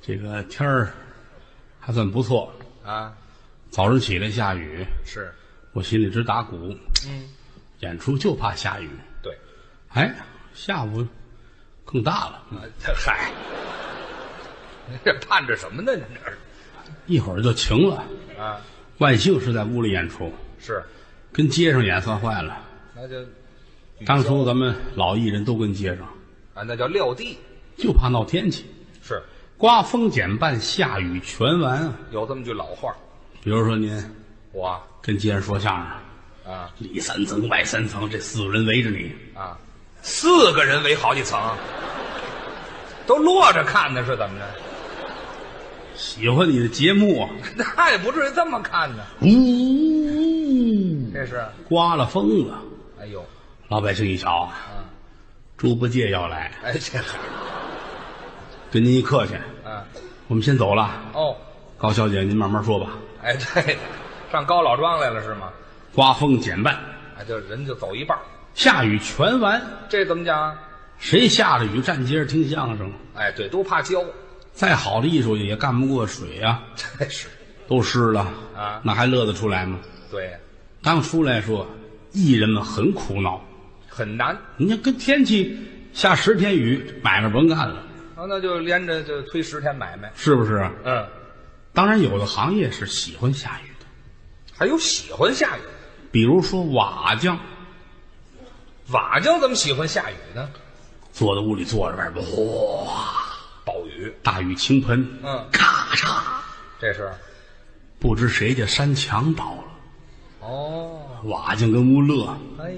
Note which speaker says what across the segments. Speaker 1: 这个天儿还算不错，
Speaker 2: 啊，
Speaker 1: 早上起来下雨，
Speaker 2: 是，
Speaker 1: 我心里直打鼓。
Speaker 2: 嗯，
Speaker 1: 演出就怕下雨，
Speaker 2: 对，
Speaker 1: 哎，下午更大了，
Speaker 2: 啊这嗨，您这盼着什么呢？您这是
Speaker 1: 一会儿就晴了。
Speaker 2: 啊，
Speaker 1: 万幸是在屋里演出，
Speaker 2: 是，
Speaker 1: 跟街上演算坏了。
Speaker 2: 那就
Speaker 1: 当初咱们老艺人都跟街上，
Speaker 2: 啊，那叫撂地，
Speaker 1: 就怕闹天气，
Speaker 2: 是
Speaker 1: 刮风减半，下雨全完啊。
Speaker 2: 有这么句老话，
Speaker 1: 比如说您
Speaker 2: 我啊
Speaker 1: 跟街上说相声，
Speaker 2: 啊
Speaker 1: 里三层外三层，这四个人围着你，
Speaker 2: 啊，四个人围好几层，都落着看的是怎么着？
Speaker 1: 喜欢你的节目啊，
Speaker 2: 那也不至于这么看呢，
Speaker 1: 呜，
Speaker 2: 这是，
Speaker 1: 刮了风了，
Speaker 2: 哎呦，
Speaker 1: 老百姓一瞧，
Speaker 2: 啊，
Speaker 1: 猪八戒要来，
Speaker 2: 哎这还
Speaker 1: 跟您一客气，
Speaker 2: 啊，
Speaker 1: 我们先走了。
Speaker 2: 哦，
Speaker 1: 高小姐，您慢慢说吧。
Speaker 2: 哎对，上高老庄来了是吗？
Speaker 1: 刮风减半，
Speaker 2: 啊，就人就走一半儿，
Speaker 1: 下雨全完，
Speaker 2: 这怎么讲啊？
Speaker 1: 谁下着雨站街上听相声？
Speaker 2: 哎，对，都怕 浇，
Speaker 1: 再好的艺术也干不过水呀、啊，
Speaker 2: 真是
Speaker 1: 都湿了
Speaker 2: 啊
Speaker 1: 那还乐得出来吗？
Speaker 2: 对，
Speaker 1: 当初来说，艺人们很苦恼。
Speaker 2: 很难。
Speaker 1: 你看，跟天气下十天雨，买卖甭干了，
Speaker 2: 啊，那就连着就推十天买卖。
Speaker 1: 是不是？
Speaker 2: 嗯，
Speaker 1: 当然，有的行业是喜欢下雨的，
Speaker 2: 还有喜欢下雨，
Speaker 1: 比如说瓦匠，
Speaker 2: 瓦匠怎么喜欢下雨呢？
Speaker 1: 坐在屋里坐着，外边哗，
Speaker 2: 暴雨，
Speaker 1: 大雨倾盆，
Speaker 2: 嗯
Speaker 1: 咔嚓，
Speaker 2: 这是。
Speaker 1: 不知谁家山墙倒了，
Speaker 2: 哦，
Speaker 1: 瓦匠跟屋乐，
Speaker 2: 哎，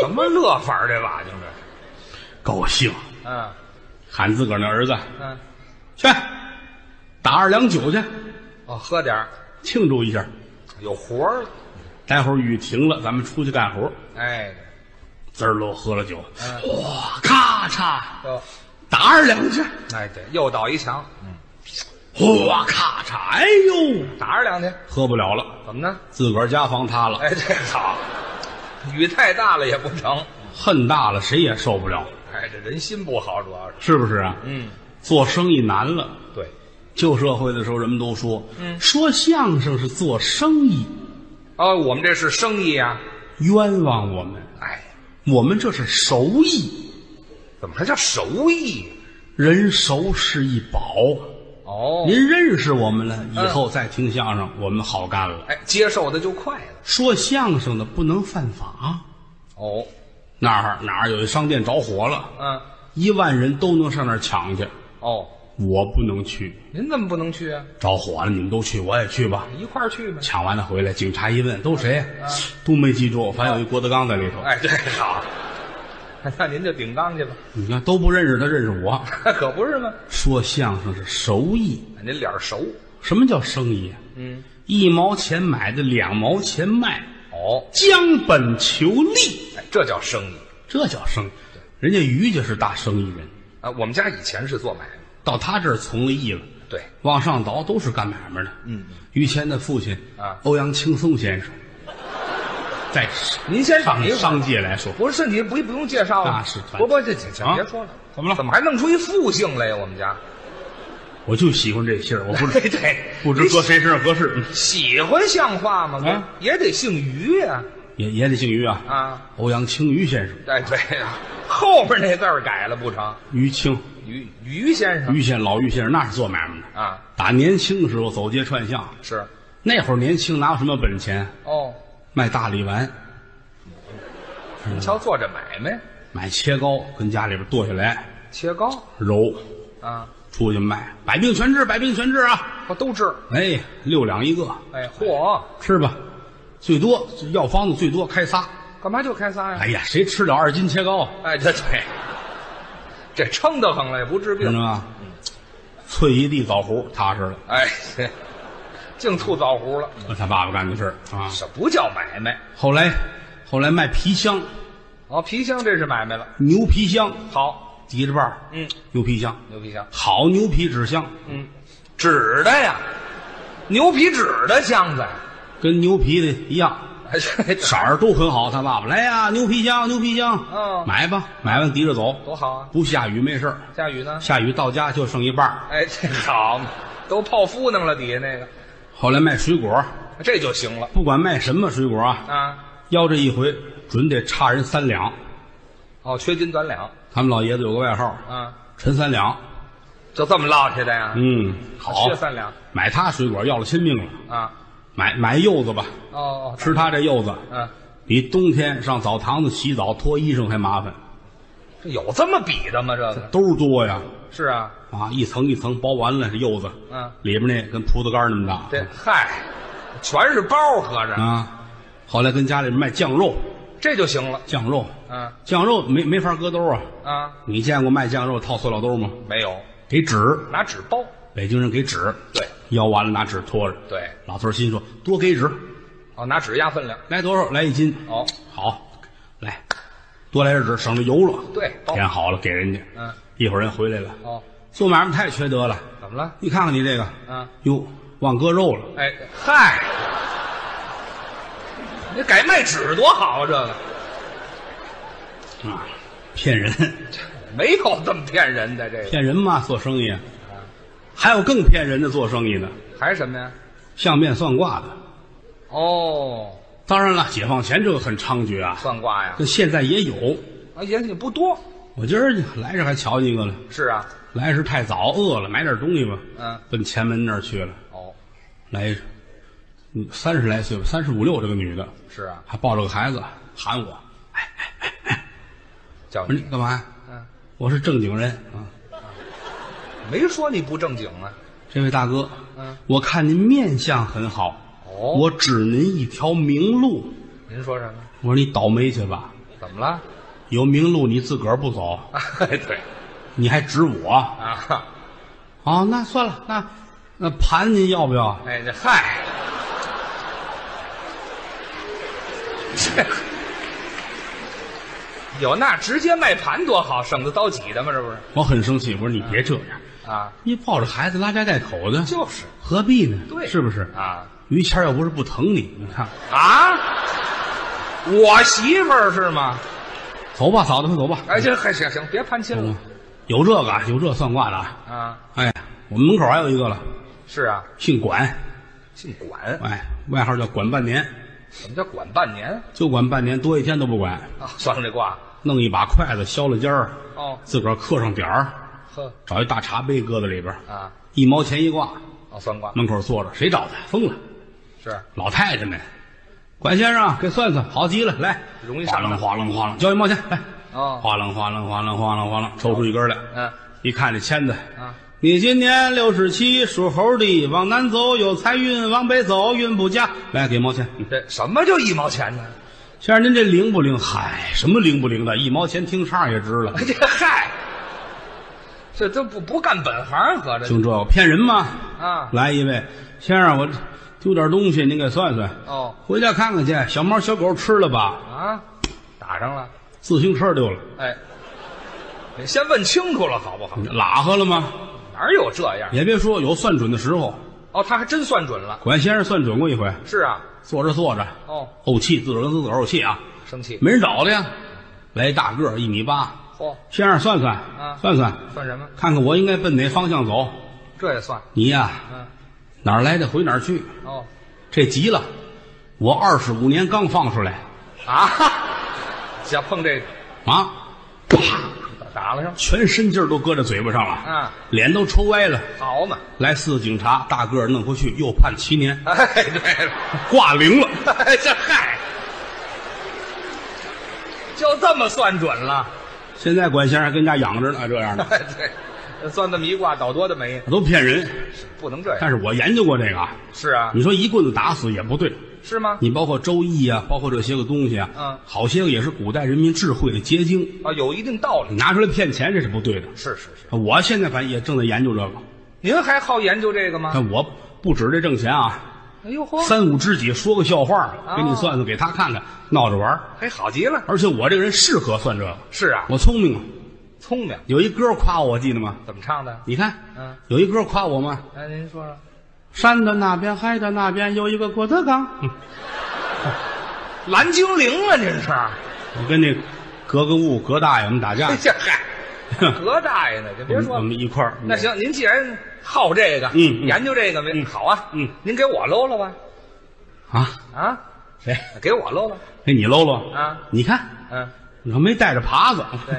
Speaker 2: 什么乐法儿这瓦匠这是？
Speaker 1: 高兴，
Speaker 2: 嗯
Speaker 1: 喊自个儿那儿子
Speaker 2: 嗯，
Speaker 1: 去打二两酒去，
Speaker 2: 哦，喝点儿，
Speaker 1: 庆祝一下。
Speaker 2: 有活儿。
Speaker 1: 待会儿雨停了，咱们出去干活。
Speaker 2: 哎，
Speaker 1: 滋儿喽，喝了酒，哇，咔嚓，
Speaker 2: 又，
Speaker 1: 打二两去，
Speaker 2: 哦哎对，又倒一墙，
Speaker 1: 哗，咔嚓，哎呦，
Speaker 2: 打着两去，
Speaker 1: 喝不了了，
Speaker 2: 怎么呢？
Speaker 1: 自个儿家房塌了，
Speaker 2: 哎，这好，雨太大了也不成。
Speaker 1: 恨大了，谁也受不了，
Speaker 2: 哎，这人心不好，主要是。
Speaker 1: 是不是啊？
Speaker 2: 嗯，
Speaker 1: 做生意难了。
Speaker 2: 对，
Speaker 1: 旧社会的时候，人们都说，
Speaker 2: 嗯
Speaker 1: 说相声是做生意，
Speaker 2: 哦，我们这是生意啊。
Speaker 1: 冤枉我们，
Speaker 2: 哎，
Speaker 1: 我们这是手艺，
Speaker 2: 怎么还叫手艺？
Speaker 1: 人熟是一宝。
Speaker 2: 哦，嗯
Speaker 1: 您认识我们了，以后再听相声，我们好干了。
Speaker 2: 哎，接受的就快了。
Speaker 1: 说相声的不能犯法。
Speaker 2: 哦，
Speaker 1: 那儿哪儿有一商店着火了，
Speaker 2: 嗯，
Speaker 1: 一万人都能上那儿抢去，
Speaker 2: 哦，
Speaker 1: 我不能去。
Speaker 2: 您怎么不能去啊？
Speaker 1: 着火了，你们都去，我也去吧。
Speaker 2: 一块儿去呗。
Speaker 1: 抢完了回来，警察一问，都谁呀？都没记住，反正有一郭德纲在里头。
Speaker 2: 哎，这好，那您就顶缸去吧，
Speaker 1: 你看都不认识他，认识我。
Speaker 2: 可不是吗？
Speaker 1: 说相声是手艺，
Speaker 2: 您脸儿熟。
Speaker 1: 什么叫生意啊？
Speaker 2: 嗯，
Speaker 1: 一毛钱买的，两毛钱卖，
Speaker 2: 哦，
Speaker 1: 将本求利，
Speaker 2: 哎，这叫生意
Speaker 1: 这叫生意。人家于家是大生意人，
Speaker 2: 啊。我们家以前是做买卖，
Speaker 1: 到他这儿从了艺了。
Speaker 2: 对，
Speaker 1: 往上倒都是干买卖的。嗯，于谦的父亲
Speaker 2: 啊
Speaker 1: 欧阳青松先 生，在
Speaker 2: 您先
Speaker 1: 上
Speaker 2: 您
Speaker 1: 商界来说，
Speaker 2: 不是你不不用介绍了，
Speaker 1: 那是
Speaker 2: 不不，这这
Speaker 1: 啊
Speaker 2: 这别说了，
Speaker 1: 怎么了
Speaker 2: 怎么还弄出一复姓来呀？我们家，
Speaker 1: 我就喜欢这姓儿，我不
Speaker 2: 对
Speaker 1: 知
Speaker 2: 对，
Speaker 1: 不知搁谁身上合适，嗯
Speaker 2: 喜欢像话吗？
Speaker 1: 啊
Speaker 2: 也得姓于呀、
Speaker 1: 也也得姓于啊。
Speaker 2: 啊！
Speaker 1: 欧阳青于先生，
Speaker 2: 哎，对呀、后边那字儿改了不成？
Speaker 1: 于青，
Speaker 2: 于于先生
Speaker 1: 于先老于先生那是做买卖的，
Speaker 2: 啊，
Speaker 1: 打年轻的时候走街串巷，
Speaker 2: 是
Speaker 1: 那会儿年轻哪有什么本钱，
Speaker 2: 哦。
Speaker 1: 卖大力丸，
Speaker 2: 你瞧，做这买卖，
Speaker 1: 买切糕，跟家里边剁下来
Speaker 2: 切糕
Speaker 1: 揉，
Speaker 2: 啊，
Speaker 1: 出去卖，百病全治，百病全治啊！
Speaker 2: 我都治。
Speaker 1: 哎，六两一个，
Speaker 2: 哎，嚯，
Speaker 1: 吃吧，最多药方子最多开仨。
Speaker 2: 干嘛就开仨呀？
Speaker 1: 哎呀，谁吃了二斤切糕啊？
Speaker 2: 哎，这对，这撑得慌了也不治
Speaker 1: 知道
Speaker 2: 病。
Speaker 1: 吗？啐一地枣核，踏实了。
Speaker 2: 哎， 这净吐枣核了，
Speaker 1: 这他爸爸干的事儿啊。
Speaker 2: 这不叫买卖。
Speaker 1: 后来，后来卖皮箱，
Speaker 2: 哦，皮箱这是买卖了。
Speaker 1: 牛皮箱，
Speaker 2: 好，
Speaker 1: 提着把儿，
Speaker 2: 嗯，
Speaker 1: 牛皮箱，
Speaker 2: 牛皮箱，
Speaker 1: 好牛皮纸箱，
Speaker 2: 嗯，纸的呀，牛皮纸的箱子呀。
Speaker 1: 跟牛皮的一样，色儿都很好。他爸爸来呀，牛皮箱，牛皮箱，
Speaker 2: 嗯
Speaker 1: 买吧，买完提着走，
Speaker 2: 多好啊！
Speaker 1: 不下雨没事儿，
Speaker 2: 下雨呢？
Speaker 1: 下雨到家就剩一半儿。
Speaker 2: 哎，这好嘛，都泡芙弄了底下那个，
Speaker 1: 后来卖水果，
Speaker 2: 这就行了
Speaker 1: 不管卖什么水果啊，
Speaker 2: 啊。
Speaker 1: 要这一回准得差人三两。
Speaker 2: 哦，缺斤短两
Speaker 1: 他们老爷子有个外号
Speaker 2: 啊，
Speaker 1: “陈三两
Speaker 2: 就这么落下的呀”，？
Speaker 1: 嗯，好
Speaker 2: 缺，三两
Speaker 1: 买他水果要了亲命了，
Speaker 2: 啊。
Speaker 1: 买买柚子吧，
Speaker 2: 哦哦，
Speaker 1: 吃他这柚子，
Speaker 2: 嗯、
Speaker 1: 比冬天上澡堂子洗澡脱衣裳还麻烦，
Speaker 2: 这有这么比的吗？这个
Speaker 1: 兜儿多呀，
Speaker 2: 是啊，
Speaker 1: 啊，一层一层包完了这柚子，
Speaker 2: 嗯、
Speaker 1: 里边那跟葡萄干儿那么大，
Speaker 2: 这嗨，全是包合着，
Speaker 1: 啊，后来跟家里边卖酱肉，
Speaker 2: 这就行了。
Speaker 1: 酱肉，
Speaker 2: 啊
Speaker 1: 酱肉没没法搁兜儿啊，
Speaker 2: 啊，
Speaker 1: 你见过卖酱肉套塑料兜吗？
Speaker 2: 没有，
Speaker 1: 给纸，
Speaker 2: 拿纸包。
Speaker 1: 北京人给纸，
Speaker 2: 对
Speaker 1: 要完了拿纸托着，
Speaker 2: 对，
Speaker 1: 老头儿心说多给纸，
Speaker 2: 哦，拿纸压分量。
Speaker 1: 来多少来一斤，
Speaker 2: 哦，
Speaker 1: 好，来，多来点纸，省着油了。
Speaker 2: 对，包。
Speaker 1: 填好了给人家。
Speaker 2: 嗯，
Speaker 1: 一会儿人回来了，
Speaker 2: 哦，
Speaker 1: 做买卖太缺德了。
Speaker 2: 怎么了？
Speaker 1: 你看看你这个，
Speaker 2: 嗯，
Speaker 1: 哟，忘割肉了。
Speaker 2: 哎，嗨，你改卖纸多好啊！这个
Speaker 1: 啊，骗人，
Speaker 2: 没有这么骗人的，这个
Speaker 1: 骗人嘛，做生意。啊还有更骗人的做生意的，
Speaker 2: 还什么呀？
Speaker 1: 相面算卦的。
Speaker 2: 哦，
Speaker 1: 当然了，解放前这个很猖獗啊，
Speaker 2: 算卦呀，
Speaker 1: 这现在也有。
Speaker 2: 啊，也许不多。
Speaker 1: 我今儿来这还瞧见一个了，
Speaker 2: 是啊，
Speaker 1: 来时太早，饿了，买点东西吧。
Speaker 2: 嗯，
Speaker 1: 奔前门那儿去了，
Speaker 2: 哦，
Speaker 1: 来，嗯三十来岁吧，三十五六这个女的，
Speaker 2: 是啊，
Speaker 1: 还抱着个孩子喊我，
Speaker 2: 叫
Speaker 1: 我说
Speaker 2: 你
Speaker 1: 你干嘛呀？
Speaker 2: 嗯，
Speaker 1: 我是正经人啊，
Speaker 2: 没说你不正经啊。
Speaker 1: 这位大哥，
Speaker 2: 嗯，
Speaker 1: 我看您面相很好，
Speaker 2: 哦
Speaker 1: 我指您一条明路。
Speaker 2: 您说什么？
Speaker 1: 我说你倒霉去吧，
Speaker 2: 怎么了？
Speaker 1: 有明路你自个儿不走，
Speaker 2: 哎，对
Speaker 1: 你还指我啊？
Speaker 2: 啊，
Speaker 1: 那算了，那那盘您要不要？
Speaker 2: 哎，这嗨， 这有那直接卖盘多好，省得着急的嘛，这不是
Speaker 1: 我很生气，我说你别这样，
Speaker 2: 啊？
Speaker 1: 你抱着孩子拉家带口的，
Speaker 2: 就是
Speaker 1: 何必呢？
Speaker 2: 对，
Speaker 1: 是不是？
Speaker 2: 啊？
Speaker 1: 于谦儿又不是不疼你，你看，
Speaker 2: 啊，我媳妇儿是吗？
Speaker 1: 走吧，嫂子们走吧。
Speaker 2: 哎，行行行行，别攀亲
Speaker 1: 嗯
Speaker 2: 了
Speaker 1: 有这个啊，有这算卦的啊。
Speaker 2: 啊！
Speaker 1: 哎，我们门口还有一个了，
Speaker 2: 是啊，
Speaker 1: 姓管，
Speaker 2: 姓管，
Speaker 1: 哎，外号叫管半年，
Speaker 2: 什么叫管半年
Speaker 1: 就管半年，多一天都不管。
Speaker 2: 啊？算了这卦
Speaker 1: 弄一把筷子削了尖儿，
Speaker 2: 哦，
Speaker 1: 自个儿刻上点儿，
Speaker 2: 呵
Speaker 1: 找一大茶杯搁在里边儿，
Speaker 2: 啊，
Speaker 1: 一毛钱一挂，
Speaker 2: 哦，算卦
Speaker 1: 门口坐着，谁找他？疯了，
Speaker 2: 是
Speaker 1: 老太太们，管先生给算算，好极了，来，
Speaker 2: 容易
Speaker 1: 哗
Speaker 2: 上当
Speaker 1: 楞哗楞哗楞，交一毛钱来，
Speaker 2: 哦，
Speaker 1: 哗楞哗楞哗楞哗楞哗楞，抽出一根来，
Speaker 2: 嗯
Speaker 1: 一看这签子。
Speaker 2: 啊，
Speaker 1: 你今年六十七，属猴的，往南走有财运，往北走运不佳。来，给毛钱。嗯
Speaker 2: 这什么叫一毛钱呢？
Speaker 1: 先生，您这灵不灵？嗨，什么灵不灵的？一毛钱听唱也值了。
Speaker 2: 哎这嗨，这都不不干本行，合着
Speaker 1: 就这个骗人吗？
Speaker 2: 啊
Speaker 1: 来一位，先生，我丢点东西，您给算算，
Speaker 2: 哦
Speaker 1: 回家看看去。小猫小狗吃了吧？
Speaker 2: 啊，打上了，
Speaker 1: 自行车丢了，
Speaker 2: 哎，你先问清楚了好不好？
Speaker 1: 拉和了吗？
Speaker 2: 哪有这样？
Speaker 1: 也别说有算准的时候，
Speaker 2: 哦，他还真算准了，
Speaker 1: 管先生算准过一回，
Speaker 2: 是啊，
Speaker 1: 坐着坐着
Speaker 2: 哦，
Speaker 1: 怄气，自个儿跟自个儿怄气啊，
Speaker 2: 生气，
Speaker 1: 没人找的呀。来一大个儿一米八，
Speaker 2: 嚯、
Speaker 1: 先生算算，
Speaker 2: 啊
Speaker 1: 算算，
Speaker 2: 算什么？
Speaker 1: 看看我应该奔哪方向走。
Speaker 2: 这也算，
Speaker 1: 你呀、
Speaker 2: 嗯，
Speaker 1: 哪儿来的回哪儿去，
Speaker 2: 哦，
Speaker 1: 这急了。我二十五年刚放出来
Speaker 2: 啊，想碰这个，
Speaker 1: 啊，
Speaker 2: 打了上，
Speaker 1: 全身劲儿都搁在嘴巴上了，
Speaker 2: 啊，
Speaker 1: 脸都抽歪了。
Speaker 2: 好嘛，
Speaker 1: 来四个警察，大个儿弄回去，又判七 年，
Speaker 2: 哎，对了，
Speaker 1: 挂零了。
Speaker 2: 哎这嗨，就这么算准了，
Speaker 1: 现在管先生还跟家养着呢，这 样的
Speaker 2: 哎，对，算这么一卦，倒多的霉，
Speaker 1: 都骗人。
Speaker 2: 不能这样，
Speaker 1: 但是我研究过这个啊，
Speaker 2: 是啊，
Speaker 1: 你说一棍子打死也不对，
Speaker 2: 是吗？
Speaker 1: 你包括周易啊，包括这些个东西啊，
Speaker 2: 嗯
Speaker 1: 好些个也是古代人民智慧的结晶，
Speaker 2: 啊，有一定道理
Speaker 1: 你，拿出来骗钱这是不对的。
Speaker 2: 是是是，
Speaker 1: 我现在反正也正在研究这个，
Speaker 2: 您还好研究这个吗？
Speaker 1: 但我不指这挣钱啊，
Speaker 2: 哎呦嚯，
Speaker 1: 三五知己说个笑话，
Speaker 2: 哦
Speaker 1: 给你算算，给他看看，闹着玩儿。
Speaker 2: 还好极了，
Speaker 1: 而且我这个人适合算这个，
Speaker 2: 是啊，
Speaker 1: 我聪明啊。
Speaker 2: 聪明，
Speaker 1: 有一歌夸我，记得吗？
Speaker 2: 怎么唱的？
Speaker 1: 你看，
Speaker 2: 嗯，
Speaker 1: 有一歌夸我吗？
Speaker 2: 哎，您说说，
Speaker 1: 山的那边，海的那边，有一个郭德纲。嗯
Speaker 2: 蓝精灵啊，您是？
Speaker 1: 我跟那格格巫格大爷我们打架
Speaker 2: 哎，呀嗨，何大爷呢？就 别
Speaker 1: 我们
Speaker 2: 说
Speaker 1: 我
Speaker 2: 了。
Speaker 1: 们一块儿。
Speaker 2: 那，行，您既然好这个，
Speaker 1: 嗯嗯嗯
Speaker 2: 研究这个没、
Speaker 1: 嗯
Speaker 2: 好啊，
Speaker 1: 嗯
Speaker 2: 您给我搂搂吧，
Speaker 1: 啊，
Speaker 2: 啊，
Speaker 1: 谁
Speaker 2: 给我搂搂，
Speaker 1: 给你搂搂
Speaker 2: 啊？
Speaker 1: 你看，
Speaker 2: 嗯、
Speaker 1: 你还没带着耙子，
Speaker 2: 对，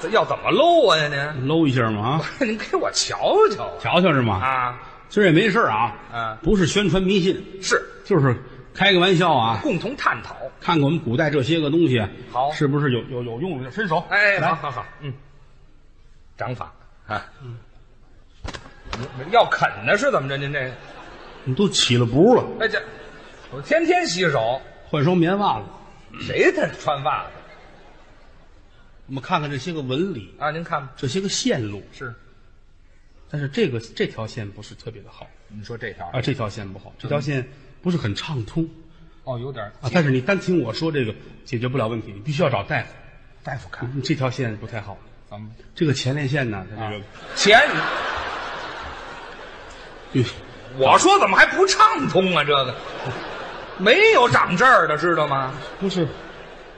Speaker 2: 这要怎么搂我呀 您？
Speaker 1: 搂一下嘛啊，
Speaker 2: 您给我瞧瞧
Speaker 1: 瞧瞧是吗？
Speaker 2: 啊！
Speaker 1: 今儿也没事儿啊，
Speaker 2: 啊
Speaker 1: 不是宣传迷信，
Speaker 2: 是
Speaker 1: 就是开个玩笑啊，
Speaker 2: 共同探讨。
Speaker 1: 看看我们古代这些个东西，啊
Speaker 2: 好
Speaker 1: 是不是有有有用的？伸手，
Speaker 2: 哎，
Speaker 1: 来
Speaker 2: 好好好，嗯，掌法啊，嗯，要啃呢是怎么着？您这
Speaker 1: 你都起了不了，
Speaker 2: 哎这，我天天洗手，
Speaker 1: 换双棉袜子。
Speaker 2: 谁他穿袜子
Speaker 1: 我们看看这些个纹理，
Speaker 2: 啊？您看吧，
Speaker 1: 这些个线路，
Speaker 2: 是，
Speaker 1: 但是这个这条线不是特别的好
Speaker 2: 你说这条
Speaker 1: 啊，这条线不好，这条线不是很畅通
Speaker 2: 哦，有点
Speaker 1: 啊。但是你单听我说这个解决不了问题，你必须要找大夫。
Speaker 2: 大夫看，
Speaker 1: 嗯这条线不太好，
Speaker 2: 咱们啊
Speaker 1: 这个前列腺呢，它这个，
Speaker 2: 钱，
Speaker 1: 哟
Speaker 2: 我说怎么还不畅通啊？这个没有长这儿的，知道吗？
Speaker 1: 不是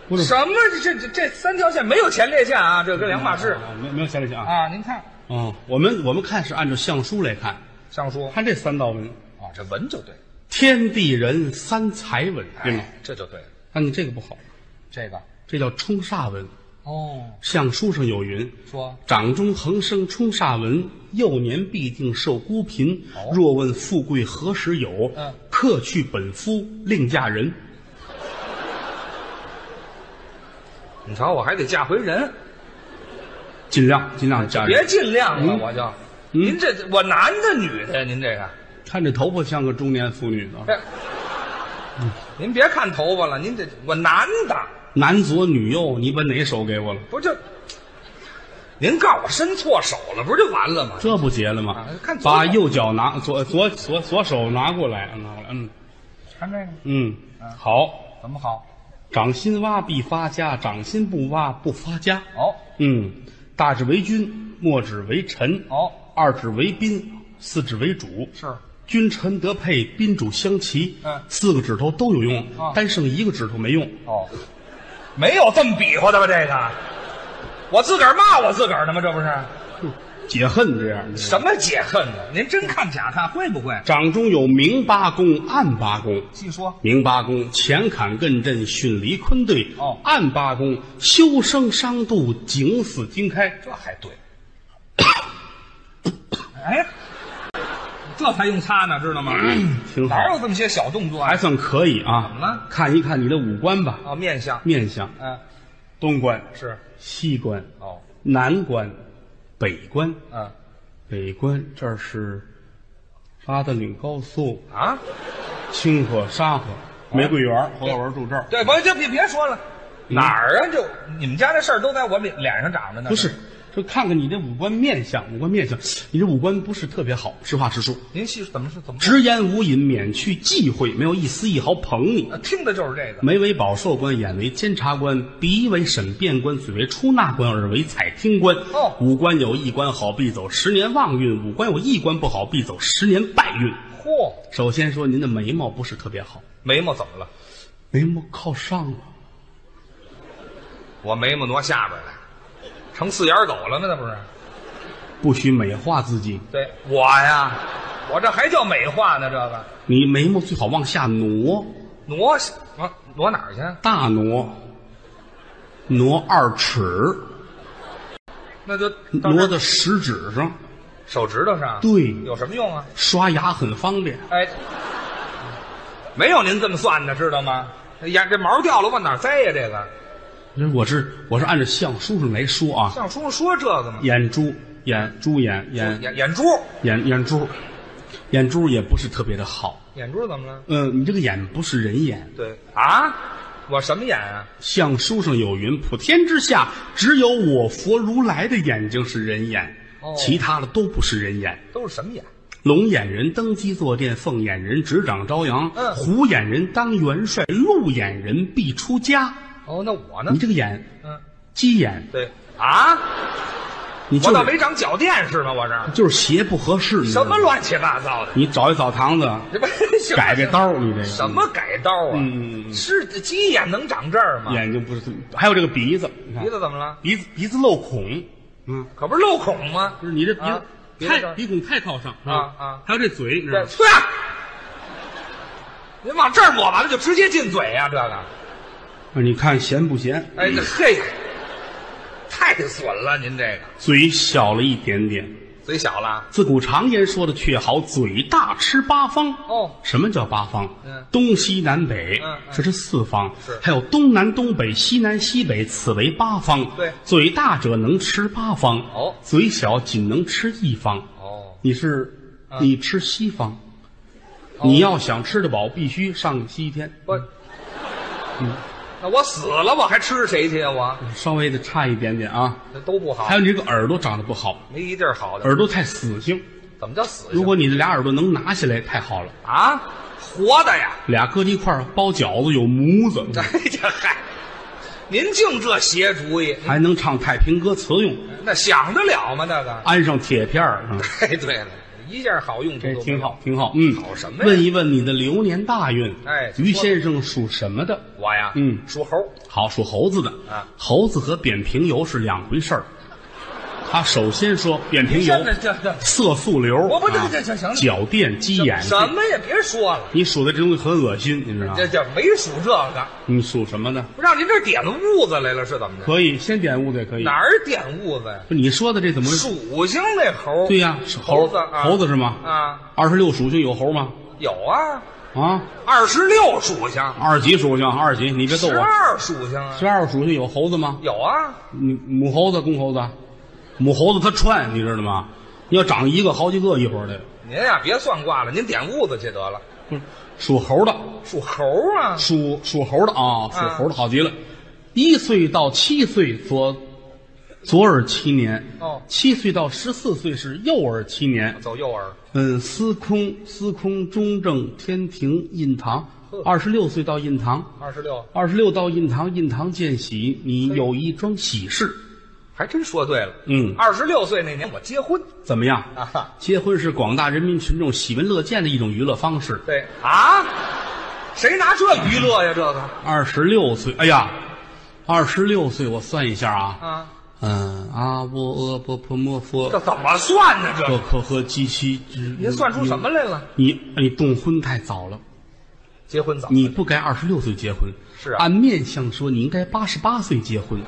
Speaker 1: 不是
Speaker 2: 什么这这这三条线没有前列腺啊？这跟两码事
Speaker 1: 啊，没没有前列腺啊。
Speaker 2: 啊！您看
Speaker 1: 哦，我们我们看是按照相书来看，
Speaker 2: 尚书
Speaker 1: 看这三道纹，
Speaker 2: 啊，这文就对，
Speaker 1: 天地人三才纹，对吗？
Speaker 2: 哎这就对了，
Speaker 1: 那你这个不好，
Speaker 2: 这个
Speaker 1: 这叫冲煞纹。
Speaker 2: 哦，
Speaker 1: 相书上有云：
Speaker 2: 说
Speaker 1: 掌中横生冲煞文，幼年必定受孤贫。
Speaker 2: 哦
Speaker 1: 若问富贵何时有？
Speaker 2: 嗯
Speaker 1: 客去本夫另嫁人。
Speaker 2: 你瞧，我还得嫁回人，
Speaker 1: 尽量尽量嫁人。
Speaker 2: 别尽量啊了，我就。您这我男的女的呀？您这个，
Speaker 1: 看这头发像个中年妇女的，
Speaker 2: 这嗯您别看头发了，您这我男的，
Speaker 1: 男左女右，你把哪手给我了？
Speaker 2: 不就您告诉我伸错手了，不是就完了吗？
Speaker 1: 这不结了吗
Speaker 2: 啊？看左手
Speaker 1: 把右脚拿左左左左手拿过来，拿过来，嗯
Speaker 2: 看这个
Speaker 1: 嗯，好。
Speaker 2: 怎么好？
Speaker 1: 掌心挖必发家，掌心不挖不发家。
Speaker 2: 哦
Speaker 1: 嗯，大指为君，末指为臣。
Speaker 2: 哦，
Speaker 1: 二指为宾，四指为主。
Speaker 2: 是
Speaker 1: 君臣得配，宾主相齐。
Speaker 2: 嗯
Speaker 1: 四个指头都有用，
Speaker 2: 啊
Speaker 1: 单剩一个指头没用。
Speaker 2: 哦，没有这么比划的吧？这个，我自个儿骂我自个儿呢吗？这不是
Speaker 1: 解恨这样。
Speaker 2: 什么解恨呢？您真看假看会不会？
Speaker 1: 掌中有明八公、暗八公。
Speaker 2: 细说
Speaker 1: 明八公前坎艮震，巽离坤兑。
Speaker 2: 哦
Speaker 1: 暗八公修生伤度，景死经开。
Speaker 2: 这还 对。哎，这才用擦呢，知道吗？
Speaker 1: 挺好
Speaker 2: 哪有这么些小动作
Speaker 1: 还
Speaker 2: 啊？
Speaker 1: 算可以啊。
Speaker 2: 怎么了
Speaker 1: 看一看你的五官吧，
Speaker 2: 哦，面相，
Speaker 1: 面相。
Speaker 2: 嗯、
Speaker 1: 东关、
Speaker 2: 是，
Speaker 1: 西关、
Speaker 2: 哦，
Speaker 1: 南关、北关。
Speaker 2: 嗯、
Speaker 1: 北关这儿是八达岭高速、
Speaker 2: 啊，
Speaker 1: 清河、沙河、玫瑰园、侯耀文住这儿。
Speaker 2: 对，我就别别说了，哪儿啊？就你们家这事儿都在我脸脸上长着呢。
Speaker 1: 不是，就看看你这五官面相，五官面相，你这五官不是特别好，实话实说，
Speaker 2: 您细怎么是怎么？
Speaker 1: 直言无隐，免去忌讳，没有一丝一毫捧你。
Speaker 2: 啊听的就是这个。
Speaker 1: 眉为保寿官，眼为监察官，鼻为审辩官，嘴为出纳官，耳为采听官。
Speaker 2: 哦
Speaker 1: 五官有一官好，必走十年旺运；五官有一官不好，必走十年败运。
Speaker 2: 嚯，
Speaker 1: 首先说您的眉毛不是特别好，
Speaker 2: 眉毛怎么了？
Speaker 1: 眉毛靠上了，
Speaker 2: 我眉毛挪下边来，成四眼狗了吗？那不是？
Speaker 1: 不许美化自己。
Speaker 2: 对我呀，我这还叫美化呢，这个
Speaker 1: 你眉毛最好往下挪，
Speaker 2: 挪下啊挪哪儿去啊？
Speaker 1: 大挪，挪二尺，
Speaker 2: 那就到这
Speaker 1: 挪到食指上，
Speaker 2: 手指头上，啊
Speaker 1: 对
Speaker 2: 有什么用啊？
Speaker 1: 刷牙很方便。
Speaker 2: 哎，没有您这么算的，知道吗？哎呀，这毛掉了往哪儿栽呀？这个
Speaker 1: 我是我是按照相书上来说啊，
Speaker 2: 像书上说这个吗？
Speaker 1: 眼珠眼珠眼眼
Speaker 2: 眼眼珠，
Speaker 1: 眼眼珠，眼珠也不是特别的好。
Speaker 2: 眼珠怎么了？
Speaker 1: 嗯、你这个眼不是人眼。
Speaker 2: 对啊，我什么眼啊？
Speaker 1: 相书上有云：“普天之下，只有我佛如来的眼睛是人眼，
Speaker 2: 哦
Speaker 1: 其他的都不是人眼。
Speaker 2: 都是什么眼？
Speaker 1: 龙眼人登基坐殿，凤眼人执掌朝阳，
Speaker 2: 嗯
Speaker 1: 虎眼人当元帅，鹿眼人必出家。
Speaker 2: 哦，那我呢
Speaker 1: 你？这个眼，
Speaker 2: 嗯，
Speaker 1: 鸡眼，
Speaker 2: 对啊，
Speaker 1: 你就
Speaker 2: 我
Speaker 1: 得
Speaker 2: 倒没长脚垫是吗？我这儿
Speaker 1: 就是鞋不合适，你知道
Speaker 2: 什
Speaker 1: 吗
Speaker 2: 么？乱七八糟的？
Speaker 1: 你找一澡堂子
Speaker 2: 这不行
Speaker 1: 改这刀，你这个
Speaker 2: 什么改刀啊？
Speaker 1: 嗯
Speaker 2: 是鸡眼能长这儿吗？
Speaker 1: 眼睛不是？还有这个鼻子，你看
Speaker 2: 鼻子怎么了？
Speaker 1: 鼻子鼻子漏孔，嗯，
Speaker 2: 可不是漏孔吗
Speaker 1: 不？是你这鼻
Speaker 2: 啊
Speaker 1: 子
Speaker 2: 鼻子这
Speaker 1: 太
Speaker 2: 儿
Speaker 1: 鼻孔太靠上
Speaker 2: 啊啊
Speaker 1: 还有这嘴，你知道
Speaker 2: 这
Speaker 1: 吗？
Speaker 2: 去！您往这儿抹完了就直接进嘴呀、这个，
Speaker 1: 啊你看咸不咸？
Speaker 2: 哎，这嘿，太损了！您这个
Speaker 1: 嘴小了一点点。
Speaker 2: 嘴小了，
Speaker 1: 自古常言说的却好，嘴大吃八方。
Speaker 2: 哦
Speaker 1: 什么叫八方？
Speaker 2: 嗯
Speaker 1: 东西南北，
Speaker 2: 嗯嗯
Speaker 1: 这是四方。
Speaker 2: 是
Speaker 1: 还有东南东北、西南西北，此为八方。
Speaker 2: 对
Speaker 1: 嘴大者能吃八方，
Speaker 2: 哦
Speaker 1: 嘴小仅能吃一方。
Speaker 2: 哦，
Speaker 1: 你是，你吃西方，
Speaker 2: 哦
Speaker 1: 你要想吃得饱，必须上西天。
Speaker 2: 我，
Speaker 1: 嗯
Speaker 2: 那我死了我还吃谁去啊？我
Speaker 1: 稍微的差一点点啊。
Speaker 2: 那都不好
Speaker 1: 嗯还，有你这个耳朵长得不好，
Speaker 2: 没一地儿好的。
Speaker 1: 耳朵太死性。
Speaker 2: 怎么叫死性？
Speaker 1: 如果你这俩耳朵能拿下来，太好了。
Speaker 2: 啊，活的呀！
Speaker 1: 俩搁一块儿包饺子有模子，
Speaker 2: 哎这嗨，您净这邪主意，
Speaker 1: 还能唱太平歌词用，
Speaker 2: 那想得了吗？那个？
Speaker 1: 安上铁片儿，嗯
Speaker 2: 哎，对了，一件好用处
Speaker 1: 这
Speaker 2: 都没有
Speaker 1: 哎挺好，。挺好。嗯，
Speaker 2: 好什么呀
Speaker 1: 问一问你的流年大运。
Speaker 2: 哎
Speaker 1: 于
Speaker 2: 说
Speaker 1: 先生属什么的？
Speaker 2: 我呀，
Speaker 1: 嗯
Speaker 2: 属猴，
Speaker 1: 好，属猴子的。
Speaker 2: 啊
Speaker 1: 猴子和扁平疣是两回事儿。他首先说扁平
Speaker 2: 这
Speaker 1: 疣、
Speaker 2: 这这
Speaker 1: 色素瘤，
Speaker 2: 我不这
Speaker 1: 啊
Speaker 2: 这这行了
Speaker 1: 脚垫、鸡眼，啊
Speaker 2: 什么也别说了，
Speaker 1: 你数的这东西很恶心，你知道吗
Speaker 2: 这？这没数这个，
Speaker 1: 你属什么的？
Speaker 2: 不让您这点痦子来了是怎么着？
Speaker 1: 可以先点痦子也可以。
Speaker 2: 哪儿点痦子呀？
Speaker 1: 不你说的这怎么？
Speaker 2: 属性那猴，
Speaker 1: 对呀，是
Speaker 2: 猴
Speaker 1: 猴
Speaker 2: 子啊
Speaker 1: 猴子是吗？
Speaker 2: 啊，
Speaker 1: 二十六属性有猴吗？
Speaker 2: 有啊，
Speaker 1: 啊，
Speaker 2: 二十六属性，
Speaker 1: 二级属性，二级，你别逗
Speaker 2: 十
Speaker 1: 我。
Speaker 2: 二属性啊
Speaker 1: 十，二属性有猴子吗？
Speaker 2: 有啊，
Speaker 1: 你母猴子、公猴子，啊母猴子它串，你知道吗？要长一个好几个一会儿的。
Speaker 2: 您呀别算卦了，您点痦子去得了。
Speaker 1: 不是属猴的，
Speaker 2: 属猴啊，
Speaker 1: 属属猴的啊，属
Speaker 2: 啊
Speaker 1: 猴的好极了。一岁到七岁左左耳七年，
Speaker 2: 哦
Speaker 1: 七岁到十四岁是右耳七年。
Speaker 2: 走右耳，
Speaker 1: 嗯，司空、司空、中正、天庭、印堂
Speaker 2: 呵，
Speaker 1: 二十六岁到印堂，
Speaker 2: 二十六，
Speaker 1: 二十六到印堂，印堂见喜，你有一桩喜事，
Speaker 2: 还真说对了。
Speaker 1: 嗯
Speaker 2: 二十六岁那年我结婚
Speaker 1: 怎么样？
Speaker 2: 啊哈，
Speaker 1: 结婚是广大人民群众喜闻乐见的一种娱乐方式。
Speaker 2: 对啊，谁拿这娱乐呀？这个
Speaker 1: 二十六岁，哎呀，二十六岁，我算一下啊，
Speaker 2: 啊，
Speaker 1: 嗯，阿波阿波婆摩佛
Speaker 2: 这，怎么算呢？这
Speaker 1: 这可和鸡西之。
Speaker 2: 您算出什么来了？
Speaker 1: 你？你你动婚太早了，
Speaker 2: 结婚早，
Speaker 1: 你不该二十六岁结婚。
Speaker 2: 是啊
Speaker 1: 按面相说，你应该八十八岁结婚，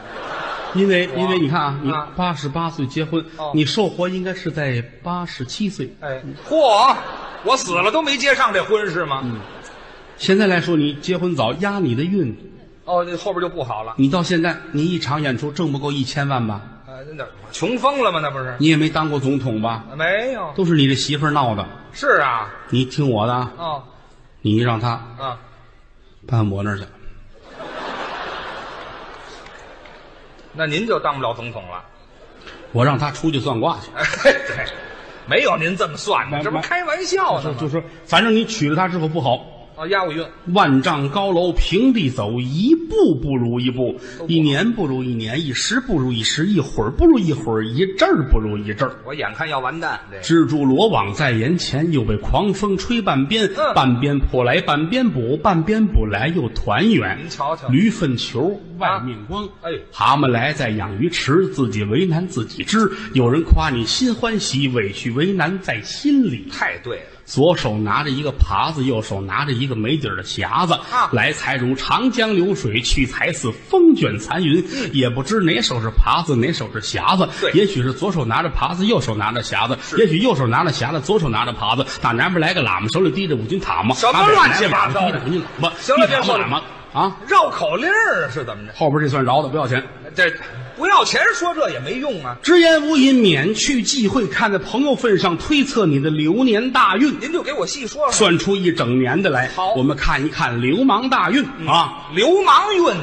Speaker 1: 因为因为你看啊，你
Speaker 2: 啊
Speaker 1: 八十八岁结婚
Speaker 2: 哦，
Speaker 1: 你受活应该是在八十七岁。
Speaker 2: 哎，嚯，我死了都没结上这婚是吗？
Speaker 1: 现在来说，你结婚早压你的运，
Speaker 2: 哦，这后边就不好了。
Speaker 1: 你到现在你一场演出挣不够一千万吧？
Speaker 2: 呃，那穷疯了吗？那不是？
Speaker 1: 你也没当过总统吧？
Speaker 2: 没有，
Speaker 1: 都是你这媳妇儿闹的。
Speaker 2: 是啊，
Speaker 1: 你听我的啊，
Speaker 2: 哦
Speaker 1: 你让她
Speaker 2: 啊，
Speaker 1: 搬我那儿去。
Speaker 2: 那您就当不了总统了。
Speaker 1: 我让她出去算卦去。
Speaker 2: 哎，对，没有您这么算的，
Speaker 1: 买
Speaker 2: 这不
Speaker 1: 买
Speaker 2: 开玩笑呢吗？
Speaker 1: 就说，反正你娶了她之后不好，
Speaker 2: 哦，押我运，
Speaker 1: 万丈高楼平地走，一步不如一步，一年不如一年，一时不如一时，一会儿不如一会儿，一阵儿不如一阵儿。
Speaker 2: 我眼看要完蛋，这
Speaker 1: 蜘蛛罗网在眼前，又被狂风吹半边，
Speaker 2: 嗯
Speaker 1: 半边扑来，半边补，半边补来又团圆。
Speaker 2: 您嗯瞧瞧
Speaker 1: 驴粪球外面光，
Speaker 2: 哎
Speaker 1: 蛤蟆来在养鱼池，自己为难自己知。有人夸你心欢喜，委屈为难在心里。
Speaker 2: 太对了，
Speaker 1: 左手拿着一个耙子，右手拿着一个没底儿的匣子。
Speaker 2: 啊
Speaker 1: 来财如长江流水，去财似风卷残云。也不知哪手是耙子，哪手是匣子。
Speaker 2: 嗯对
Speaker 1: 也许是左手拿着耙子，右手拿着匣子；也许右手拿着匣子，左手拿着耙子。打南边来个喇嘛，手里提着五斤塔嘛。啊
Speaker 2: 什么
Speaker 1: 打北边
Speaker 2: 乱七
Speaker 1: 来个
Speaker 2: 八
Speaker 1: 喇嘛
Speaker 2: 糟
Speaker 1: 提
Speaker 2: 的
Speaker 1: 着五斤喇嘛，
Speaker 2: 行了
Speaker 1: 一喇
Speaker 2: 别说
Speaker 1: 嘛
Speaker 2: 了
Speaker 1: 喇嘛啊！
Speaker 2: 绕口令儿啊是怎么着？
Speaker 1: 后边这算饶的，不要钱。
Speaker 2: 这不要钱说这也没用啊，
Speaker 1: 只言无隐，免去忌讳。看在朋友份上，推测你的流年大运，
Speaker 2: 您就给我细说说。
Speaker 1: 算出一整年的来。
Speaker 2: 好
Speaker 1: 我们看一看流氓大运啊。
Speaker 2: 流氓运，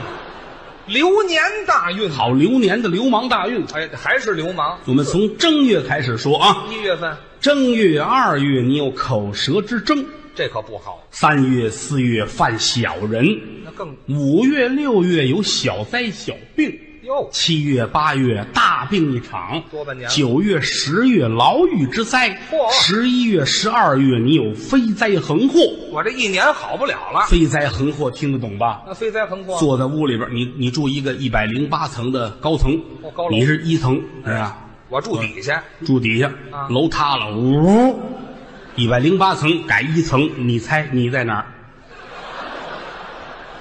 Speaker 2: 流年大运，
Speaker 1: 好流年的流氓大运。
Speaker 2: 哎，还是流氓。
Speaker 1: 我们从正月开始说啊，
Speaker 2: 一月份
Speaker 1: 正月、二月你有口舌之争，
Speaker 2: 这可不好，
Speaker 1: 三月、四月犯小人，
Speaker 2: 那更
Speaker 1: 五月、六月有小灾小病，
Speaker 2: 哟
Speaker 1: 七月八月大病一场，
Speaker 2: 多半年了
Speaker 1: 九月十月牢狱之灾
Speaker 2: 嚯，
Speaker 1: 十一月十二月你有飞灾横祸，
Speaker 2: 我这一年好不了了。
Speaker 1: 飞灾横祸听得懂吧？
Speaker 2: 那飞灾横祸，
Speaker 1: 坐在屋里边，你你住一个一百零八层的高层
Speaker 2: 哦高，楼
Speaker 1: 你是一层是吧？
Speaker 2: 我住底下，
Speaker 1: 住底下
Speaker 2: 啊，
Speaker 1: 楼塌了，呜，一百零八层改一层，你猜你在哪儿？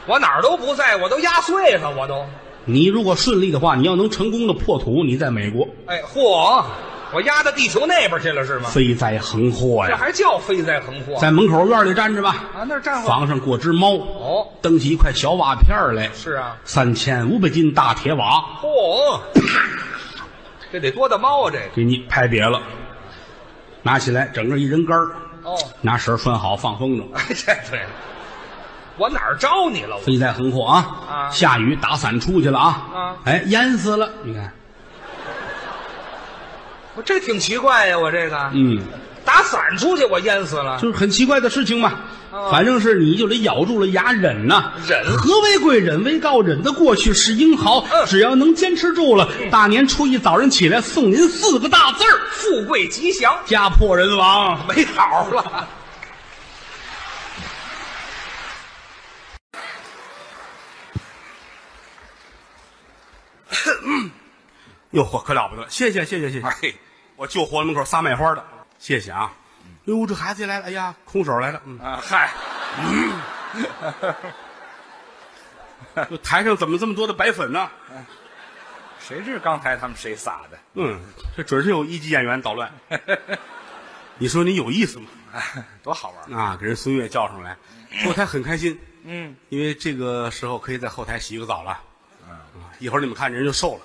Speaker 2: 我哪儿都不在，我都压碎了，我都。
Speaker 1: 你如果顺利的话，你要能成功的破土，你在美国，
Speaker 2: 哎，嚯！我压到地球那边去了是吗？
Speaker 1: 飞灾横祸
Speaker 2: 这
Speaker 1: 呀！
Speaker 2: 还叫飞灾横祸？
Speaker 1: 在门口院里站着吧，
Speaker 2: 啊，那儿站会儿。
Speaker 1: 房上过只猫，
Speaker 2: 哦，
Speaker 1: 蹬起一块小瓦片儿来，
Speaker 2: 是啊。
Speaker 1: 三千五百斤大铁瓦，
Speaker 2: 嚯！这得多大猫啊！这个
Speaker 1: 给你拍瘪了，拿起来整个一人干儿，
Speaker 2: 哦，
Speaker 1: 拿绳儿拴好放风筝。
Speaker 2: 哎，这对了，我哪儿招你了？我
Speaker 1: 飞灾横祸啊！
Speaker 2: 啊
Speaker 1: 下雨打伞出去了啊！
Speaker 2: 啊
Speaker 1: 哎，淹死了！你看，
Speaker 2: 我这挺奇怪呀，我这个
Speaker 1: 嗯，
Speaker 2: 打伞出去，我淹死了。
Speaker 1: 就是很奇怪的事情嘛。
Speaker 2: 啊
Speaker 1: 反正是你就得咬住了牙忍呐、
Speaker 2: 忍
Speaker 1: 和为贵，忍为高，忍得过去是英豪。
Speaker 2: 嗯
Speaker 1: 只要能坚持住了，大年初一早上起来送您四个大字儿：
Speaker 2: 富贵吉祥，
Speaker 1: 家破人亡。
Speaker 2: 没好了。
Speaker 1: 哟呵，可了不得了！谢谢谢谢谢谢！
Speaker 2: 哎，
Speaker 1: 我救活门口仨卖花的，谢谢啊！哟，这孩子也来了，哎呀，空手来了。嗯，
Speaker 2: 啊，嗨，
Speaker 1: 这台上怎么这么多的白粉呢？
Speaker 2: 谁知刚才他们谁撒的？
Speaker 1: 嗯，这准是有一级演员捣乱。你说你有意思吗？
Speaker 2: 多好玩！
Speaker 1: 啊，给人孙越叫上来，后台很开心，
Speaker 2: 嗯，
Speaker 1: 因为这个时候可以在后台洗个澡了。嗯，一会儿你们看人就瘦了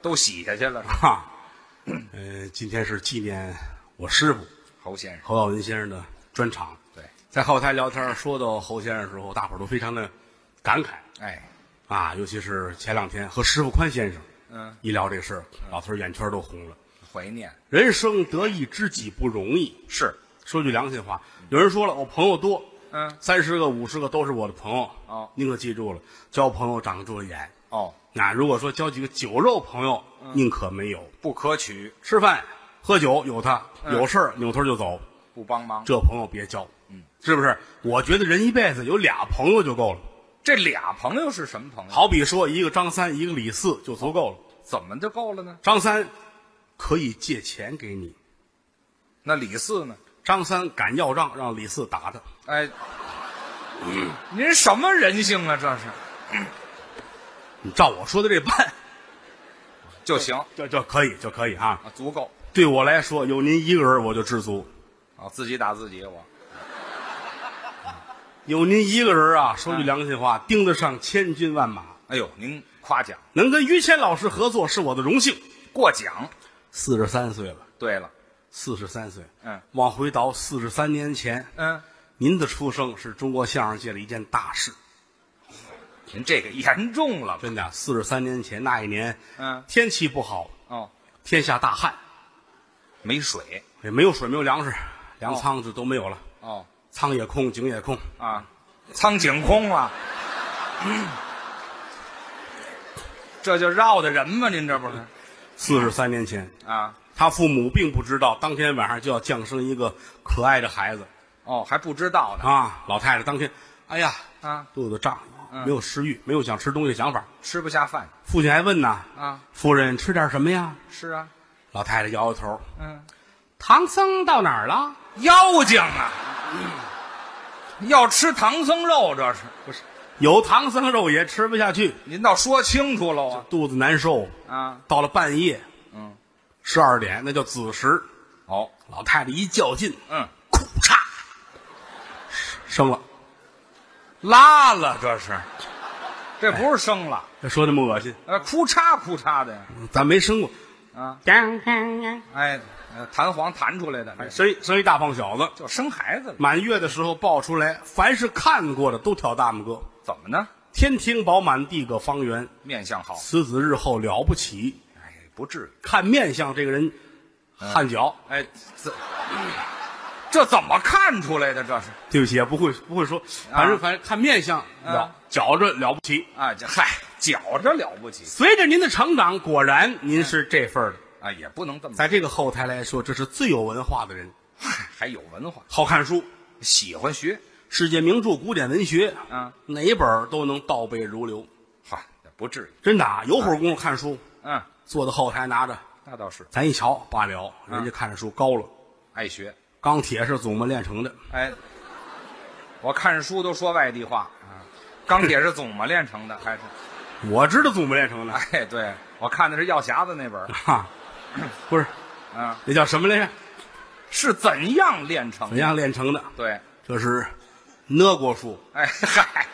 Speaker 2: 都洗下去了，
Speaker 1: 哈。呃，今天是纪念我师傅
Speaker 2: 侯先生。
Speaker 1: 侯耀文先生的专场。
Speaker 2: 对，
Speaker 1: 在后台聊天说到侯先生的时候，大伙儿都非常的感慨
Speaker 2: 哎，
Speaker 1: 啊，尤其是前两天和师傅宽先生
Speaker 2: 嗯，
Speaker 1: 一聊这事儿，老头儿眼圈儿都红了。
Speaker 2: 怀念
Speaker 1: 人生得一知己不容易，
Speaker 2: 是，
Speaker 1: 说句良心话，有人说了，我朋友多，
Speaker 2: 嗯，
Speaker 1: 三十个、五十个都是我的朋友。
Speaker 2: 哦
Speaker 1: 您可记住了，交朋友长住了眼。
Speaker 2: 哦，
Speaker 1: 那如果说交几个酒肉朋友，
Speaker 2: 嗯
Speaker 1: 宁可没有。
Speaker 2: 不可取，
Speaker 1: 吃饭、喝酒有他，
Speaker 2: 嗯
Speaker 1: 有事儿扭头就走，
Speaker 2: 不帮忙。
Speaker 1: 这朋友别交。嗯，是不是？我觉得人一辈子有俩朋友就够了。
Speaker 2: 这俩朋友是什么朋友？
Speaker 1: 好比说，一个张三，一个李四就足够了。
Speaker 2: 怎么就够了呢？
Speaker 1: 张三可以借钱给你，
Speaker 2: 那李四呢？
Speaker 1: 张三敢要账，让李四打他。
Speaker 2: 哎，您什么人性啊？这是
Speaker 1: 你照我说的这办，
Speaker 2: 就行
Speaker 1: 这这可以，就可以啊。
Speaker 2: 啊，足够
Speaker 1: 对我来说，有您一个人我就知足。
Speaker 2: 啊，自己打自己我
Speaker 1: 有您一个人啊，说句良心话，盯得上千军万马，
Speaker 2: 哎呦，您夸奖
Speaker 1: 能跟于谦老师合作是我的荣幸。
Speaker 2: 过奖。
Speaker 1: 四十三岁了，
Speaker 2: 对了，
Speaker 1: 四十三岁，
Speaker 2: 嗯，
Speaker 1: 往回倒四十三年前，
Speaker 2: 嗯，
Speaker 1: 您的出生是中国相声界的一件大事，
Speaker 2: 您这个严重了吧。
Speaker 1: 真的。四十三年前那一年，
Speaker 2: 嗯，
Speaker 1: 天气不好，
Speaker 2: 哦，
Speaker 1: 天下大旱，
Speaker 2: 没水。
Speaker 1: 也没有水，没有粮食，粮仓就都没有了，
Speaker 2: 哦，
Speaker 1: 仓也空，井也空，
Speaker 2: 啊，苍井空了。这就绕的人吗？您这不是
Speaker 1: 四十三年前。
Speaker 2: 啊？
Speaker 1: 他父母并不知道，当天晚上就要降生一个可爱的孩子
Speaker 2: 哦，还不知道呢
Speaker 1: 啊！老太太当天，哎呀，
Speaker 2: 啊，
Speaker 1: 肚子胀，没有食欲，没有想吃东西的想法。
Speaker 2: 吃不下饭
Speaker 1: 父亲还问呢
Speaker 2: 啊。
Speaker 1: 夫人吃点什么呀？
Speaker 2: 是啊，
Speaker 1: 老太太摇摇头，
Speaker 2: 嗯，
Speaker 1: 唐僧到哪儿了？
Speaker 2: 妖精啊，要吃唐僧肉这是？
Speaker 1: 有唐僧肉也吃不下去，
Speaker 2: 您倒说清楚喽啊！
Speaker 1: 肚子难受。
Speaker 2: 啊，
Speaker 1: 到了半夜，
Speaker 2: 嗯，
Speaker 1: 十二点那叫子时，
Speaker 2: 哦，
Speaker 1: 老太太一较劲，
Speaker 2: 嗯，
Speaker 1: 库嚓，生了。
Speaker 2: 拉了这是，这不是生了，
Speaker 1: 说那么恶心，
Speaker 2: 呃，哭嚓哭嚓的呀，
Speaker 1: 咱没生过。
Speaker 2: 啊，
Speaker 1: 当当当
Speaker 2: 哎，呃弹簧弹出来的，这
Speaker 1: 生一生一大胖小子，
Speaker 2: 就生孩子了，
Speaker 1: 满月的时候抱出来，凡是看过的都挑大拇哥。
Speaker 2: 怎么呢？
Speaker 1: 天庭饱满，地阁方圆。
Speaker 2: 面相好，
Speaker 1: 此子日后了不起，
Speaker 2: 哎，不至于，
Speaker 1: 看面相这个人，汗脚。
Speaker 2: 哎，这这怎么看出来的？这是
Speaker 1: 对不起啊，不会不会说，反正反正看面相了，觉着了不起。
Speaker 2: 啊，这嗨，觉着了不起
Speaker 1: 随着您的成长，果然您是这份儿的。
Speaker 2: 啊，也不能这么说，
Speaker 1: 在这个后台来说，这是最有文化的人，
Speaker 2: 还有文化，
Speaker 1: 好看书，
Speaker 2: 喜欢学，
Speaker 1: 世界名著、古典文学，
Speaker 2: 啊，
Speaker 1: 哪一本儿都能倒背如流。
Speaker 2: 哈，不至于，
Speaker 1: 真的啊，有会儿功夫看书，
Speaker 2: 嗯，
Speaker 1: 坐在后台拿着，
Speaker 2: 那倒是
Speaker 1: 咱一瞧，罢了，人家看着书高了，
Speaker 2: 爱学，
Speaker 1: 钢铁是祖母炼成的，
Speaker 2: 哎，我看书都说外地话啊，钢铁是怎么炼成的？还是
Speaker 1: 我知道祖母炼成的，
Speaker 2: 哎，对我看的是药匣子那本儿
Speaker 1: 哈，不是，
Speaker 2: 啊，
Speaker 1: 那叫什么来着？
Speaker 2: 是怎样炼成
Speaker 1: 怎
Speaker 2: 的？
Speaker 1: 样炼成的？
Speaker 2: 对，
Speaker 1: 这是俄国书，
Speaker 2: 哎嗨，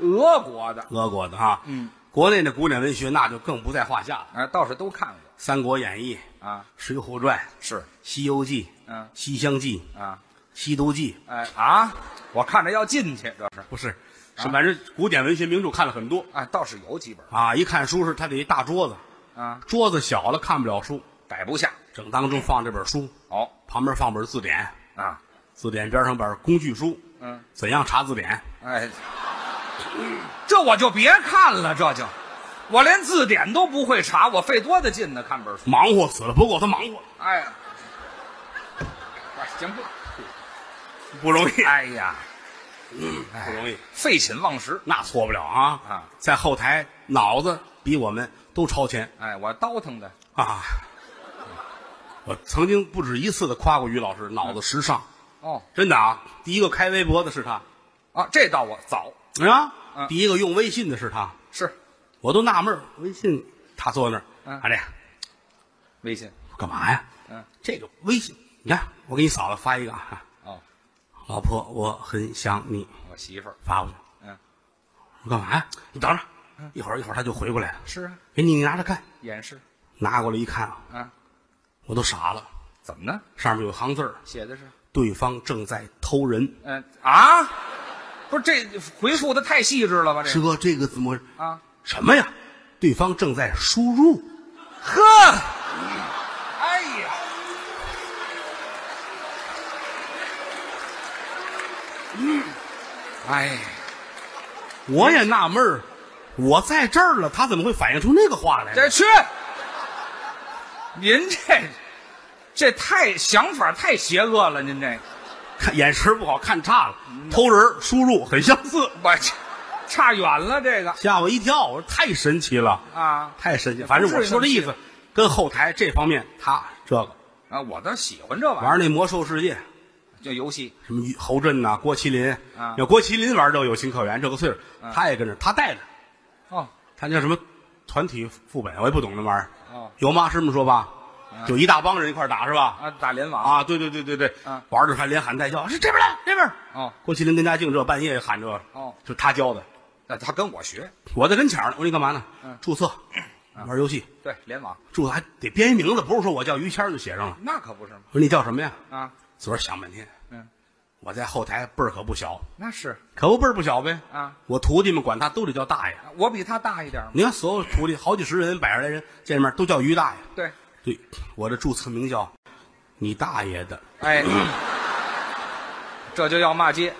Speaker 2: 俄国的
Speaker 1: 俄国的啊。嗯，国内的古典文学那就更不在话下了，《
Speaker 2: 啊，倒是都看过
Speaker 1: 三国演义》《
Speaker 2: 啊，
Speaker 1: 水浒传》《
Speaker 2: 是
Speaker 1: 西游记》
Speaker 2: 嗯
Speaker 1: 《西厢记》《
Speaker 2: 啊，
Speaker 1: 西毒记》
Speaker 2: 哎啊，我看着要进去，这是
Speaker 1: 不是，是反正古典文学名著看了很多
Speaker 2: 啊，倒是有几本
Speaker 1: 啊。一看书是它得一大桌子，
Speaker 2: 啊，
Speaker 1: 桌子小了看不了书，
Speaker 2: 摆不下，
Speaker 1: 正当中放这本书，
Speaker 2: 哦
Speaker 1: 旁边放本字典，
Speaker 2: 啊，
Speaker 1: 字典边上本工具书，
Speaker 2: 嗯，
Speaker 1: 怎样查字典？
Speaker 2: 哎，这我就别看了，这就。我连字典都不会查，我费多大劲呢？看本书。
Speaker 1: 忙活死了，不够他忙活，
Speaker 2: 哎呀，哎行不？
Speaker 1: 不容易，
Speaker 2: 哎呀，
Speaker 1: 不容易，
Speaker 2: 废寝忘食。
Speaker 1: 那错不了啊
Speaker 2: 啊！
Speaker 1: 在后台脑子比我们都超前
Speaker 2: 哎，我倒腾的
Speaker 1: 啊！我曾经不止一次的夸过于老师脑子时尚，
Speaker 2: 哦
Speaker 1: 真的啊！第一个开微博的是他
Speaker 2: 啊，这倒我早
Speaker 1: 啊，
Speaker 2: 嗯
Speaker 1: 第一个用微信的是他，
Speaker 2: 是
Speaker 1: 我都纳闷儿微信他坐那儿，
Speaker 2: 嗯
Speaker 1: 哎呀，
Speaker 2: 微信
Speaker 1: 干嘛呀？
Speaker 2: 嗯，
Speaker 1: 这个微信，你看我给你嫂子发一个啊，
Speaker 2: 哦，
Speaker 1: 老婆，我很想你，
Speaker 2: 我媳妇儿
Speaker 1: 发过去。
Speaker 2: 嗯，
Speaker 1: 我干嘛呀？你等着，一会儿一会儿他就回过来了。
Speaker 2: 是啊，
Speaker 1: 给你，你拿着看，
Speaker 2: 掩饰
Speaker 1: 拿过来一看啊，
Speaker 2: 啊，
Speaker 1: 我都傻了，
Speaker 2: 怎么呢？
Speaker 1: 上面有一行字儿
Speaker 2: 写的是
Speaker 1: 对方正在偷人。
Speaker 2: 嗯、啊，不是这回复的太细致了吧？这
Speaker 1: 师哥，这个怎么
Speaker 2: 啊，
Speaker 1: 什么呀？对方正在输入，
Speaker 2: 呵，哎呀，嗯，哎，
Speaker 1: 我也纳闷儿，我在这儿了，他怎么会反映出那个话来呢？
Speaker 2: 这去，您这这太想法太邪恶了，您这
Speaker 1: 看眼神不好看差了，
Speaker 2: 嗯
Speaker 1: 偷人儿输入很相似，
Speaker 2: 我这差远了，这个
Speaker 1: 吓我一跳，我说太神奇了，
Speaker 2: 啊
Speaker 1: 太神奇。反正我说这意思，跟后台这方面他这个
Speaker 2: 啊，我倒喜欢这玩意儿，
Speaker 1: 玩那魔兽世界，
Speaker 2: 这游戏
Speaker 1: 什么侯震呐、郭麒麟
Speaker 2: 啊嗯
Speaker 1: 要郭麒麟玩这个有情可原，这个岁数他也跟着，他带着，
Speaker 2: 哦
Speaker 1: 他叫什么团体副本，我也不懂那玩意儿，
Speaker 2: 哦
Speaker 1: 有吗？是这么说吧？
Speaker 2: 嗯
Speaker 1: 就一大帮人一块儿打是吧？
Speaker 2: 啊，打联网
Speaker 1: 啊，对对对对对
Speaker 2: 啊，
Speaker 1: 玩的还连喊带叫，是这边来这边儿。
Speaker 2: 哦，
Speaker 1: 郭麒麟跟家净这半夜喊这，
Speaker 2: 哦，
Speaker 1: 就他教的。
Speaker 2: 那他跟我学，
Speaker 1: 我在跟前儿呢，我说你干嘛呢？
Speaker 2: 嗯
Speaker 1: 注册，玩游戏，
Speaker 2: 对联网，
Speaker 1: 注册还得编一名字，不是说我叫于谦儿就写上了。
Speaker 2: 那可不是吗？
Speaker 1: 我说你叫什么呀？
Speaker 2: 啊，
Speaker 1: 自个儿想半天。
Speaker 2: 嗯，
Speaker 1: 我在后台辈儿可不小，
Speaker 2: 那是
Speaker 1: 可不辈儿不小呗。
Speaker 2: 啊，
Speaker 1: 我徒弟们管他都得叫大爷。
Speaker 2: 我比他大一点嘛，
Speaker 1: 你看，所有徒弟好几十人、百十来人见面都叫于大爷。
Speaker 2: 对，
Speaker 1: 对，我的注册名叫你大爷的
Speaker 2: 哎，这就要骂街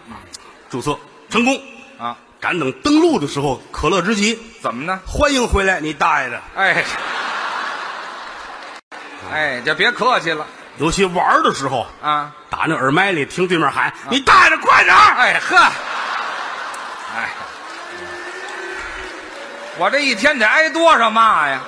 Speaker 1: 注册成功。
Speaker 2: 啊？
Speaker 1: 赶等登录的时候，可乐之极，
Speaker 2: 怎么呢？
Speaker 1: 欢迎回来，你大爷的！
Speaker 2: 哎，哎，就别客气了
Speaker 1: 尤其玩儿的时候，
Speaker 2: 啊！
Speaker 1: 打那耳麦里听对面喊：“你大爷的，快点儿
Speaker 2: 哎呵，哎，我这一天得挨多少骂呀？！”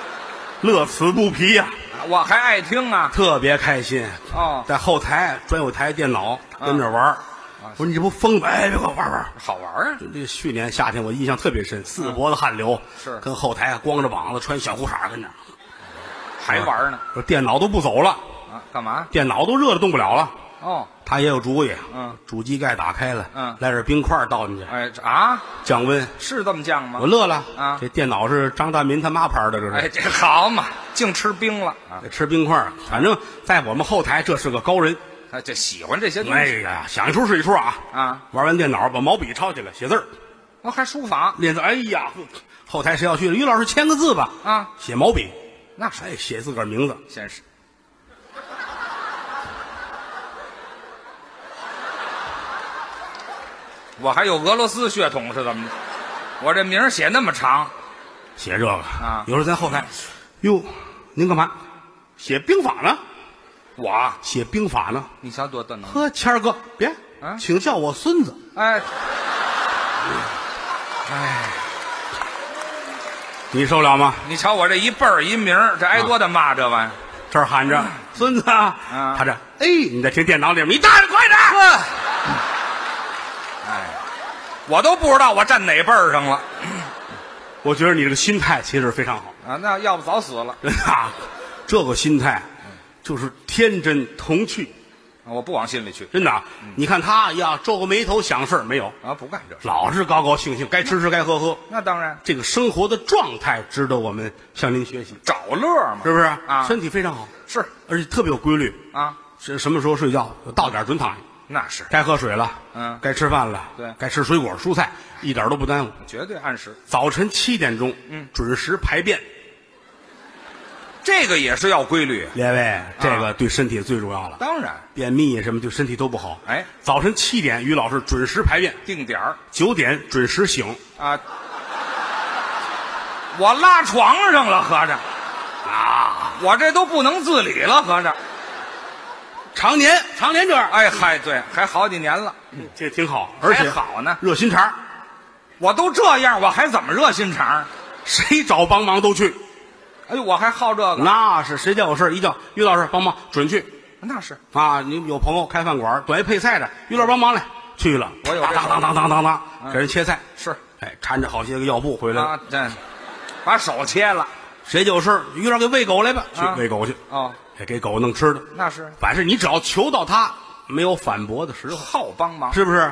Speaker 1: 乐此不疲呀、
Speaker 2: 我还爱听啊！
Speaker 1: 特别开心。
Speaker 2: 哦，
Speaker 1: 在后台专有台电脑跟那玩儿，
Speaker 2: 嗯啊
Speaker 1: 我说你这不疯吗？哎，别给我玩儿玩儿。
Speaker 2: 好玩啊！
Speaker 1: 这个去年夏天我印象特别深，四脖子汗流，
Speaker 2: 嗯是
Speaker 1: 跟后台光着膀子穿小裤衩儿跟那儿
Speaker 2: 还玩呢？
Speaker 1: 我电脑都不走了，
Speaker 2: 啊？干嘛？
Speaker 1: 电脑都热的动不了了。
Speaker 2: 哦，
Speaker 1: 他也有主意，
Speaker 2: 嗯，
Speaker 1: 主机盖打开了，
Speaker 2: 嗯
Speaker 1: 来点冰块儿倒进去，
Speaker 2: 哎这啊，
Speaker 1: 降温。
Speaker 2: 是这么犟吗
Speaker 1: 我？乐了
Speaker 2: 啊
Speaker 1: 这电脑是张大民他妈牌儿的，这是。
Speaker 2: 哎，这好嘛，净吃冰了啊！
Speaker 1: 吃冰块儿，反正在我们后台这是个高人。
Speaker 2: 哎，这喜欢这些东
Speaker 1: 哎
Speaker 2: 西
Speaker 1: 呀，想一出是一出啊！
Speaker 2: 啊！
Speaker 1: 玩完电脑，把毛笔抄起来写字儿，
Speaker 2: 我还书法
Speaker 1: 练字。哎呀，后台谁要去了？于老师签个字吧。
Speaker 2: 啊，
Speaker 1: 写毛笔，
Speaker 2: 那是
Speaker 1: 哎，写自个儿名字。
Speaker 2: 先是我还有俄罗斯血统是怎么着？我这名儿写那么长，
Speaker 1: 写这个
Speaker 2: 啊
Speaker 1: 有时候在后台，哟，您干嘛？写兵法呢？
Speaker 2: 我啊，
Speaker 1: 写兵法呢？
Speaker 2: 你瞧多大能耐？
Speaker 1: 呵，谦儿哥，别，
Speaker 2: 啊
Speaker 1: 请叫我孙子。
Speaker 2: 哎，哎，
Speaker 1: 你受了吗？
Speaker 2: 你瞧我这一辈儿一名儿，这挨多大骂这玩意儿？
Speaker 1: 这儿喊着
Speaker 2: 嗯
Speaker 1: 孙子，啊他这，哎，你在听电脑里面，你大爷快点！
Speaker 2: 啊呵，哎，我都不知道我站哪辈儿上了
Speaker 1: 我觉得你这个心态其实非常好，
Speaker 2: 啊！那要不早死了，
Speaker 1: 真的啊，这个心态就是天真童趣，
Speaker 2: 我不往心里去
Speaker 1: 真的啊。
Speaker 2: 嗯
Speaker 1: 你看他呀，皱个眉头想事儿没有，
Speaker 2: 啊，不干这事。
Speaker 1: 老是高高兴兴，该吃吃该喝喝，
Speaker 2: 那当然，
Speaker 1: 这个生活的状态值得我们向您学习，
Speaker 2: 找乐儿嘛，
Speaker 1: 是不是？
Speaker 2: 啊
Speaker 1: 身体非常好，
Speaker 2: 是
Speaker 1: 而且特别有规律，
Speaker 2: 啊，
Speaker 1: 是什么时候睡觉到点儿准躺下，
Speaker 2: 那是
Speaker 1: 该喝水了，
Speaker 2: 嗯
Speaker 1: 该吃饭了，
Speaker 2: 对
Speaker 1: 该吃水果蔬菜，一点儿都不耽误。
Speaker 2: 绝对按时，
Speaker 1: 早晨七点钟，
Speaker 2: 嗯，
Speaker 1: 准时排便。
Speaker 2: 这个也是要规律。
Speaker 1: 列位，
Speaker 2: 啊
Speaker 1: 这个对身体最重要了，
Speaker 2: 当然，
Speaker 1: 便秘什么对身体都不好。
Speaker 2: 哎，
Speaker 1: 早晨七点，于老师准时排便，
Speaker 2: 定点儿
Speaker 1: 九点准时醒
Speaker 2: 啊，我拉床上了，合着
Speaker 1: 啊，
Speaker 2: 我这都不能自理了，合着。
Speaker 1: 常年常年这样，
Speaker 2: 哎嗨，对，还好几年了，
Speaker 1: 这挺好，而且
Speaker 2: 还好啊呢
Speaker 1: 热心肠，
Speaker 2: 我都这样，我还怎么热心肠儿？
Speaker 1: 谁找帮忙都去。
Speaker 2: 哎呦，我还好这个，
Speaker 1: 那是谁家有事儿一叫于老师帮忙，准去
Speaker 2: 那是
Speaker 1: 啊！你有朋友开饭馆，短一配菜的，于老师帮忙来，去了。
Speaker 2: 我有这
Speaker 1: 当当当当当当，
Speaker 2: 嗯
Speaker 1: 给人切菜，
Speaker 2: 是
Speaker 1: 哎，缠着好些个药布回来了。
Speaker 2: 啊，这把手切了
Speaker 1: 谁家有事儿，于老师给喂狗来吧，去
Speaker 2: 啊
Speaker 1: 喂狗去，
Speaker 2: 哦，
Speaker 1: 哎，给狗弄吃的。
Speaker 2: 那是
Speaker 1: 反正你只要求到他，没有反驳的时候，
Speaker 2: 好帮忙
Speaker 1: 是不是？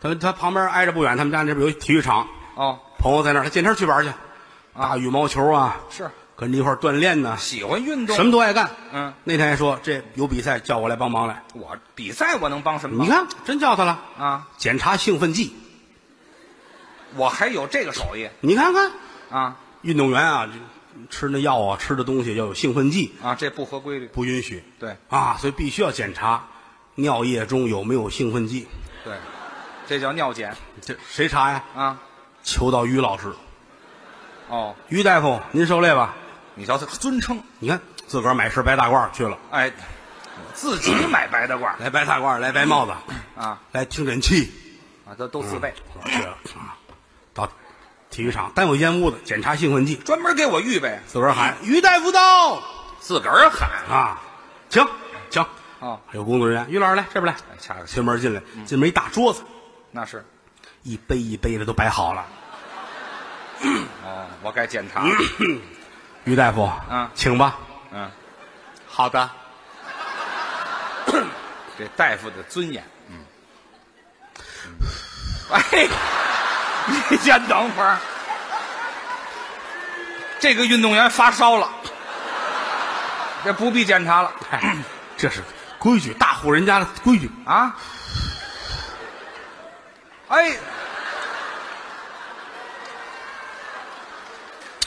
Speaker 1: 他他旁边挨着不远，他们家那边有一体育场，
Speaker 2: 哦，
Speaker 1: 朋友在那儿，他见天去玩去，打羽毛球啊，
Speaker 2: 是
Speaker 1: 跟着一块儿锻炼呢，
Speaker 2: 喜欢运动
Speaker 1: 什么都爱干。
Speaker 2: 嗯，
Speaker 1: 那天还说这有比赛，叫我来帮忙来。
Speaker 2: 我比赛我能帮什么
Speaker 1: 你
Speaker 2: 忙？
Speaker 1: 看，真叫他了。
Speaker 2: 啊，
Speaker 1: 检查兴奋剂，
Speaker 2: 我还有这个手艺
Speaker 1: 你看看
Speaker 2: 啊
Speaker 1: 运动员啊，这吃那药啊，吃的东西要有兴奋剂，
Speaker 2: 啊，这不合规律。
Speaker 1: 不允许
Speaker 2: 对
Speaker 1: 啊，所以必须要检查尿液中有没有兴奋剂。
Speaker 2: 对，这叫尿检
Speaker 1: 这谁查呀？
Speaker 2: 啊。
Speaker 1: 求到于老师，
Speaker 2: 哦，
Speaker 1: 于大夫，您受累吧。
Speaker 2: 你瞧他尊称，
Speaker 1: 你看自个儿买身白大褂去了，
Speaker 2: 哎，自己买白大褂儿
Speaker 1: 来白大褂，来白帽子，
Speaker 2: 啊
Speaker 1: 来听诊器，
Speaker 2: 啊，都都自备，
Speaker 1: 去了啊，到体育场单有一间屋子检查兴奋剂，
Speaker 2: 专门给我预备，
Speaker 1: 自个儿喊于大夫到
Speaker 2: 自个儿喊
Speaker 1: 啊，行行，
Speaker 2: 哦，
Speaker 1: 有工作人员，于老师来这边来，
Speaker 2: 哎掐个
Speaker 1: 推门进来，进门一大桌子，
Speaker 2: 那是
Speaker 1: 一杯一杯的都摆好了，
Speaker 2: 哦，我该检查了。
Speaker 1: 于大夫，
Speaker 2: 嗯
Speaker 1: 请吧，
Speaker 2: 嗯，
Speaker 1: 好的，
Speaker 2: 这大夫的尊严，嗯，哎，你先等会儿，这个运动员发烧了，这不必检查了
Speaker 1: 哎，这是规矩，大户人家的规矩，
Speaker 2: 啊。哎，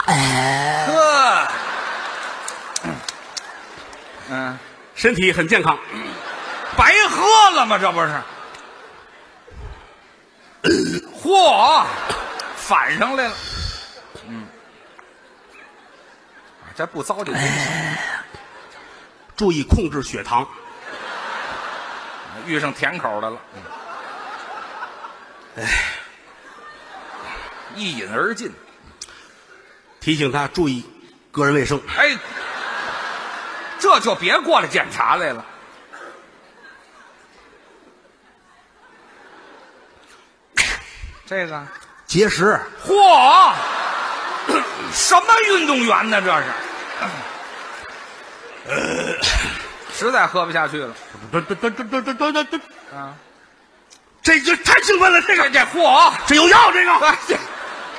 Speaker 1: 哎，
Speaker 2: 呵，嗯，
Speaker 1: 身体很健康，
Speaker 2: 白喝了吗？这不是？嚯，反上来了。嗯，啊这不糟就行。
Speaker 1: 注意控制血糖，
Speaker 2: 啊遇上甜口的了。哎，一饮而尽。
Speaker 1: 提醒他注意个人卫生。
Speaker 2: 哎，这就别过来检查来了。这个，
Speaker 1: 节食，
Speaker 2: 嚯，什么运动员呢？这是，实在喝不下去了
Speaker 1: 这这这这这这这这，
Speaker 2: 啊！
Speaker 1: 这就太兴奋了，这
Speaker 2: 这
Speaker 1: 个
Speaker 2: 这嚯，
Speaker 1: 这有药，这个。
Speaker 2: 哎这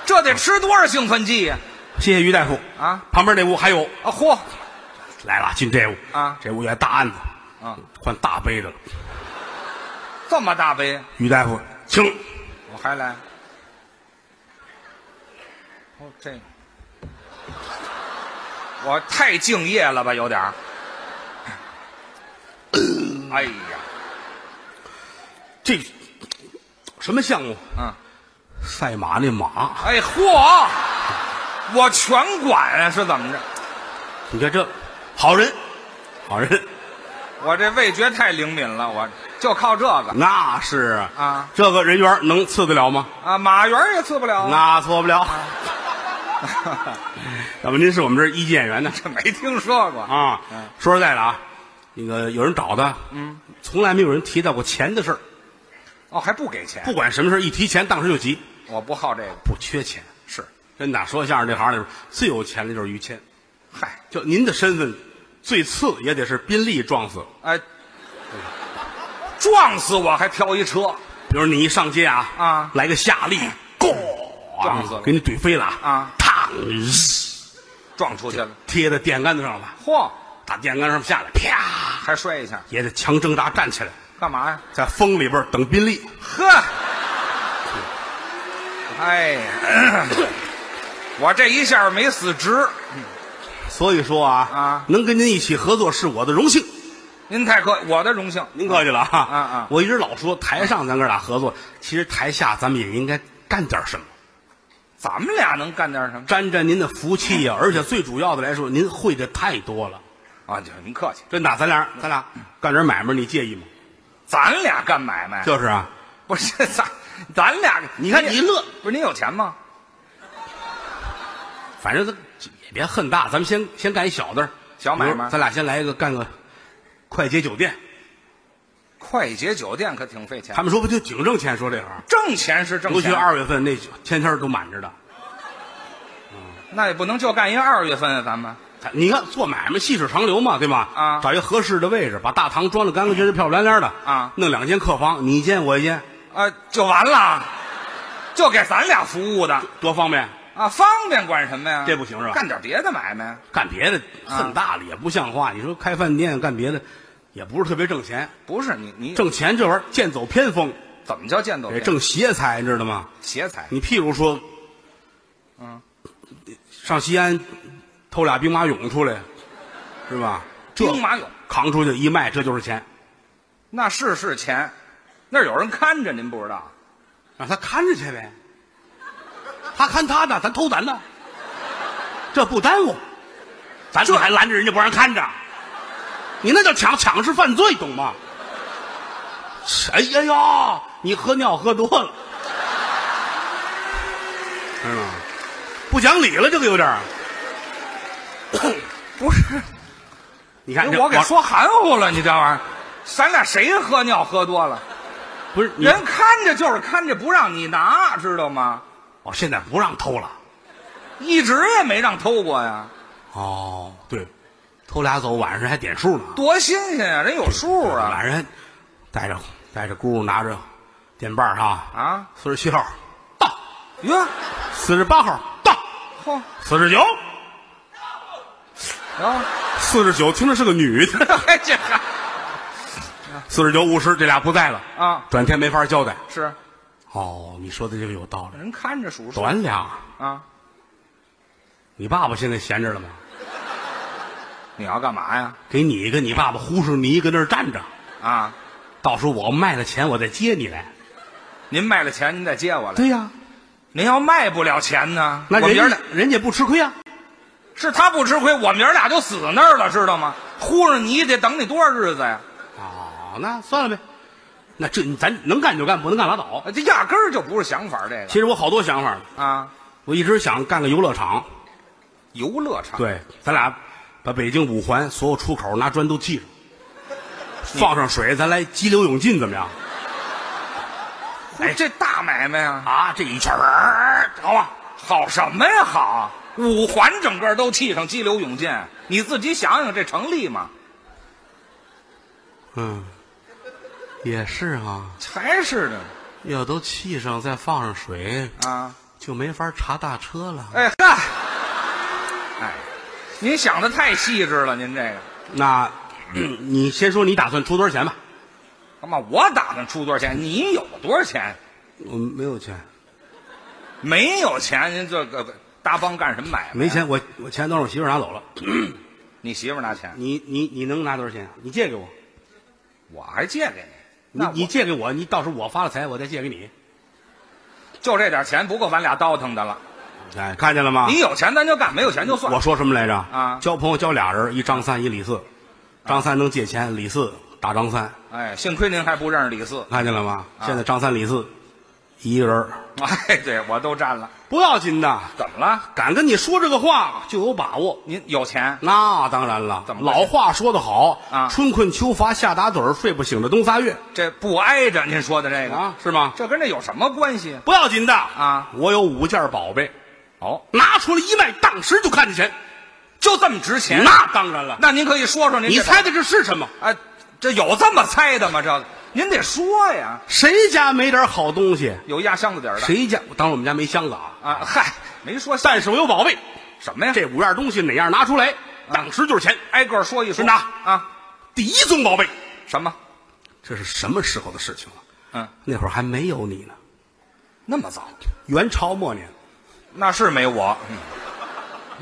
Speaker 2: 这得吃多少兴奋剂呀、
Speaker 1: 谢谢于大夫
Speaker 2: 啊！
Speaker 1: 旁边那屋还有
Speaker 2: 啊？嚯
Speaker 1: 来了，进这屋
Speaker 2: 啊
Speaker 1: 这屋也大案子，
Speaker 2: 啊！
Speaker 1: 换大杯的了。
Speaker 2: 这么大杯，啊
Speaker 1: 于大夫，请
Speaker 2: 我还来。哦，这个我太敬业了吧，有点儿。哎呀，
Speaker 1: 这什么项目？
Speaker 2: 嗯，
Speaker 1: 赛马那马，
Speaker 2: 哎嚯，我全管啊，是怎么着？
Speaker 1: 你看这好人，好人
Speaker 2: 我这味觉太灵敏了，我就靠这个
Speaker 1: 那是啊
Speaker 2: 啊
Speaker 1: 这个人缘能次得了吗？
Speaker 2: 啊，马原也刺不了啊，
Speaker 1: 那错不了。 要不您是我们这儿一级演员呢？
Speaker 2: 这没听说过。
Speaker 1: 啊
Speaker 2: 嗯嗯，
Speaker 1: 说实在的啊，那个有人找他，嗯，从来没有人提到过钱的事儿。
Speaker 2: 哦，还不给钱
Speaker 1: 不，管什么事儿，一提钱当时就急，
Speaker 2: 我不好这个。
Speaker 1: 不缺钱。是真的，说相声这行里边最有钱的就是于谦，
Speaker 2: 嗨，
Speaker 1: 就您的身份最次也得是宾利撞死。
Speaker 2: 哎，撞死我还飘一车，
Speaker 1: 比如你一上街啊
Speaker 2: 啊
Speaker 1: 来个夏利，咣，
Speaker 2: 撞死了
Speaker 1: 给你怼飞了
Speaker 2: 啊，
Speaker 1: 烫，
Speaker 2: 撞出去了。
Speaker 1: 贴在电杆子上了，
Speaker 2: 嚯，
Speaker 1: 打电杆上下来，啪，
Speaker 2: 还摔一下，
Speaker 1: 也得强挣扎站起来，
Speaker 2: 干嘛呀？
Speaker 1: 在风里边等宾利。
Speaker 2: 呵，哎呀，我这一下没死直，
Speaker 1: 所以说啊，
Speaker 2: 啊
Speaker 1: 能跟您一起合作是我的荣幸。
Speaker 2: 您太客，我的荣幸。
Speaker 1: 您客气了啊！
Speaker 2: 啊啊
Speaker 1: 我一直老说台上咱哥俩合作，其实台下咱们也应该干点什么，
Speaker 2: 咱们俩能干点什么
Speaker 1: 沾沾您的福气
Speaker 2: 嗯
Speaker 1: 呀、而且最主要的来说，您会的太多了，
Speaker 2: 啊？就您客气，
Speaker 1: 真的。咱俩咱俩干点买卖，你介意吗？
Speaker 2: 咱俩干买卖
Speaker 1: 就是啊，
Speaker 2: 不是咱，咱俩
Speaker 1: 你看你一乐，
Speaker 2: 不是您有钱吗？
Speaker 1: 反正咱也别恨大，咱们先先干一小的
Speaker 2: 小买卖哎
Speaker 1: 比如咱俩先来一个干个快捷酒店。
Speaker 2: 快捷酒店可挺费钱
Speaker 1: 他，们说不就挺挣钱，说这行，
Speaker 2: 挣钱是挣
Speaker 1: 尤其
Speaker 2: 钱，
Speaker 1: 二月份那天天都满着的。
Speaker 2: 那也不能就干一二月份啊，咱们
Speaker 1: 你看做买卖细水长流嘛，对吧？
Speaker 2: 啊嗯
Speaker 1: 找一合适的位置，把大堂装的干干净净、漂漂亮亮的
Speaker 2: 啊
Speaker 1: 弄两间客房，你一间我一间，
Speaker 2: 啊就完了，就给咱俩服务的
Speaker 1: 多方便。
Speaker 2: 啊，方便管什么呀？
Speaker 1: 这不行是吧
Speaker 2: 干点别的买卖，啊
Speaker 1: 干别的很大了，也不像话。你说开饭店干别的，也不是特别挣钱，
Speaker 2: 不是你你
Speaker 1: 挣钱这玩意儿剑走偏锋，
Speaker 2: 怎么叫见斗
Speaker 1: 得
Speaker 2: 天
Speaker 1: 挣邪财，你知道吗？
Speaker 2: 邪财？
Speaker 1: 你譬如说，嗯，上西安偷俩兵马俑出来，是吧？这
Speaker 2: 兵马俑
Speaker 1: 扛出去一卖，这就是钱。
Speaker 2: 那是是钱，那儿有人看着您不知道，
Speaker 1: 让啊他看着去呗，他看他的，咱偷咱的，这不耽误，咱这还拦着人家不让看着，你那叫抢，抢是犯罪，懂吗？哎呀呀，你喝尿喝多 了，是吗？不讲理了，这个有点儿。
Speaker 2: 不是。
Speaker 1: 你看这
Speaker 2: 哎我给说含糊了，你这玩意儿， 咱俩谁喝尿喝多了？
Speaker 1: 不是你
Speaker 2: 人看着就是看着，不让你拿，知道吗？
Speaker 1: 哦，现在不让偷了。
Speaker 2: 一直也没让偷过呀，
Speaker 1: 哦，对，偷俩走，晚上还点数呢。
Speaker 2: 多新鲜呀！人有数 啊
Speaker 1: 晚上带着带着姑拿着电棒儿哈，
Speaker 2: 啊！
Speaker 1: 四十七号到，
Speaker 2: 哟，
Speaker 1: 四十八号到，
Speaker 2: 嚯，
Speaker 1: 四十九，
Speaker 2: 然后
Speaker 1: 四十九听着是个女 的，
Speaker 2: 哎这还
Speaker 1: 四十九五十这俩不在了
Speaker 2: 啊，
Speaker 1: 转天没法交代。
Speaker 2: 是
Speaker 1: 哦，你说的这个有道理。
Speaker 2: 人看着数数
Speaker 1: 短俩，
Speaker 2: 啊！
Speaker 1: 你爸爸现在闲着了吗？
Speaker 2: 你要干嘛呀？
Speaker 1: 给你一个，你爸爸忽视你一个那儿站着，
Speaker 2: 啊，
Speaker 1: 到时候我卖了钱，我再接你来。
Speaker 2: 您卖了钱，您再接我来。
Speaker 1: 对呀、
Speaker 2: 您要卖不了钱呢，
Speaker 1: 那
Speaker 2: 我明
Speaker 1: 人
Speaker 2: 儿俩
Speaker 1: 家人家不吃亏啊。
Speaker 2: 是他不吃亏，我明儿俩就死那儿了，知道吗？忽着你得等你多少日子呀？
Speaker 1: 哦，那算了呗，那这咱能干就干，不能干拉倒。
Speaker 2: 啊这压根儿就不是想法，这
Speaker 1: 其实我好多想法，
Speaker 2: 个啊，
Speaker 1: 我一直想干个游乐场，
Speaker 2: 游乐场
Speaker 1: 对，咱俩把北京五环所有出口拿砖都砌上，放上水，咱来激流勇进，怎么样？
Speaker 2: 哎，这大买卖啊，
Speaker 1: 啊，这一圈儿好啊吗？
Speaker 2: 好什么呀？好，五环整个都砌上激流勇进，你自己想想，这成立吗？
Speaker 1: 嗯，也是啊，
Speaker 2: 还是的
Speaker 1: 要都砌上再放上水，
Speaker 2: 啊！
Speaker 1: 就没法查大车了。
Speaker 2: 哎呵，哎，您想的太细致了，您这个
Speaker 1: 那，嗯你先说你打算出多少钱吧？
Speaker 2: 干嘛？我打算出多少钱？你有多少钱？
Speaker 1: 我没有钱，
Speaker 2: 没有钱，您这个搭帮干什么买卖？啊
Speaker 1: 没，钱，我我钱都让我媳妇儿拿走了。
Speaker 2: 你媳妇儿拿钱，
Speaker 1: 你你你能拿多少钱啊？你借给我，
Speaker 2: 我还借给你。
Speaker 1: 你
Speaker 2: 那
Speaker 1: 你
Speaker 2: 我
Speaker 1: 借给我，你到时候我发了财，我再借给你。
Speaker 2: 就这点钱不够咱俩倒腾的了。
Speaker 1: 哎，看见了吗？
Speaker 2: 你有钱咱就干，没有钱就算。
Speaker 1: 我说什么来着？
Speaker 2: 啊
Speaker 1: 交朋友交俩人，一张三，一李四。张三能借钱，李四打张三，
Speaker 2: 哎，幸亏您还不认识李四。
Speaker 1: 看见了吗？
Speaker 2: 啊
Speaker 1: 现在张三李四一个人儿
Speaker 2: 哎，对我都占了。
Speaker 1: 不要紧的，
Speaker 2: 怎么了？
Speaker 1: 敢跟你说这个话就有把握。
Speaker 2: 您有钱？
Speaker 1: 那当然了，
Speaker 2: 怎么回
Speaker 1: 老
Speaker 2: 事
Speaker 1: 话说得好
Speaker 2: 啊
Speaker 1: 春困秋乏夏打盹儿，睡不醒的冬仨月
Speaker 2: 这不挨着您说的这个，
Speaker 1: 啊，是吗？
Speaker 2: 这跟这有什么关系？
Speaker 1: 不要紧的
Speaker 2: 哎啊，
Speaker 1: 我有五件宝贝，
Speaker 2: 哦，
Speaker 1: 拿出来一卖，当时就看见钱。
Speaker 2: 就这么值钱？
Speaker 1: 那当然了，
Speaker 2: 那您可以说说您
Speaker 1: 你
Speaker 2: 这
Speaker 1: 猜的这是什么？
Speaker 2: 哎，这有这么猜的吗？这个您得说呀，
Speaker 1: 谁家没点好东西？
Speaker 2: 有压箱子底儿的
Speaker 1: 谁家？当然我们家没箱子啊，
Speaker 2: 啊。嗨，没说
Speaker 1: 但是我有宝贝，
Speaker 2: 什么呀？
Speaker 1: 这五样东西哪样拿出来，当时就是钱。
Speaker 2: 挨个说一说。
Speaker 1: 真的
Speaker 2: 啊？
Speaker 1: 第一宗宝贝，
Speaker 2: 什么？
Speaker 1: 这是什么时候的事情了？
Speaker 2: 嗯，
Speaker 1: 那会儿还没有你呢，
Speaker 2: 那么早？
Speaker 1: 元朝末年，
Speaker 2: 那是没我。嗯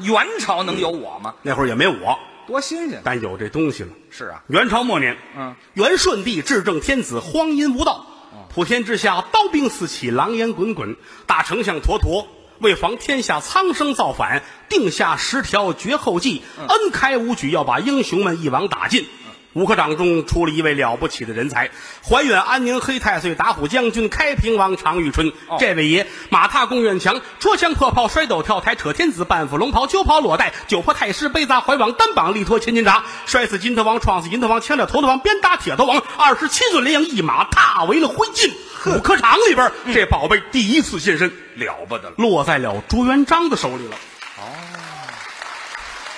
Speaker 2: 元朝能有我吗？
Speaker 1: 那会儿也没我，
Speaker 2: 多新鲜！
Speaker 1: 但有这东西了。
Speaker 2: 是啊，
Speaker 1: 元朝末年，
Speaker 2: 嗯，
Speaker 1: 元顺帝至正天子，荒淫无道，普天之下刀兵四起，狼烟滚滚，大丞相陀陀。为防天下苍生造反，定下十条绝后计，恩开五举，要把英雄们一网打尽。吴科长中出了一位了不起的人才，怀远安宁黑太岁、打虎将军、开平王常遇春。
Speaker 2: 哦
Speaker 1: 这位爷马踏贡院墙，戳枪破炮，摔斗跳台，扯天子，半斧龙袍，揪袍裸带，九破太师，背砸怀网，单膀力托千斤闸，摔死金头王，撞死银头王，枪了头头王，鞭打铁头王，二十七寸连营一马踏为了灰烬。五科场里边，这宝贝第一次现身，
Speaker 2: 了不得了。
Speaker 1: 落在了朱元璋的手里了。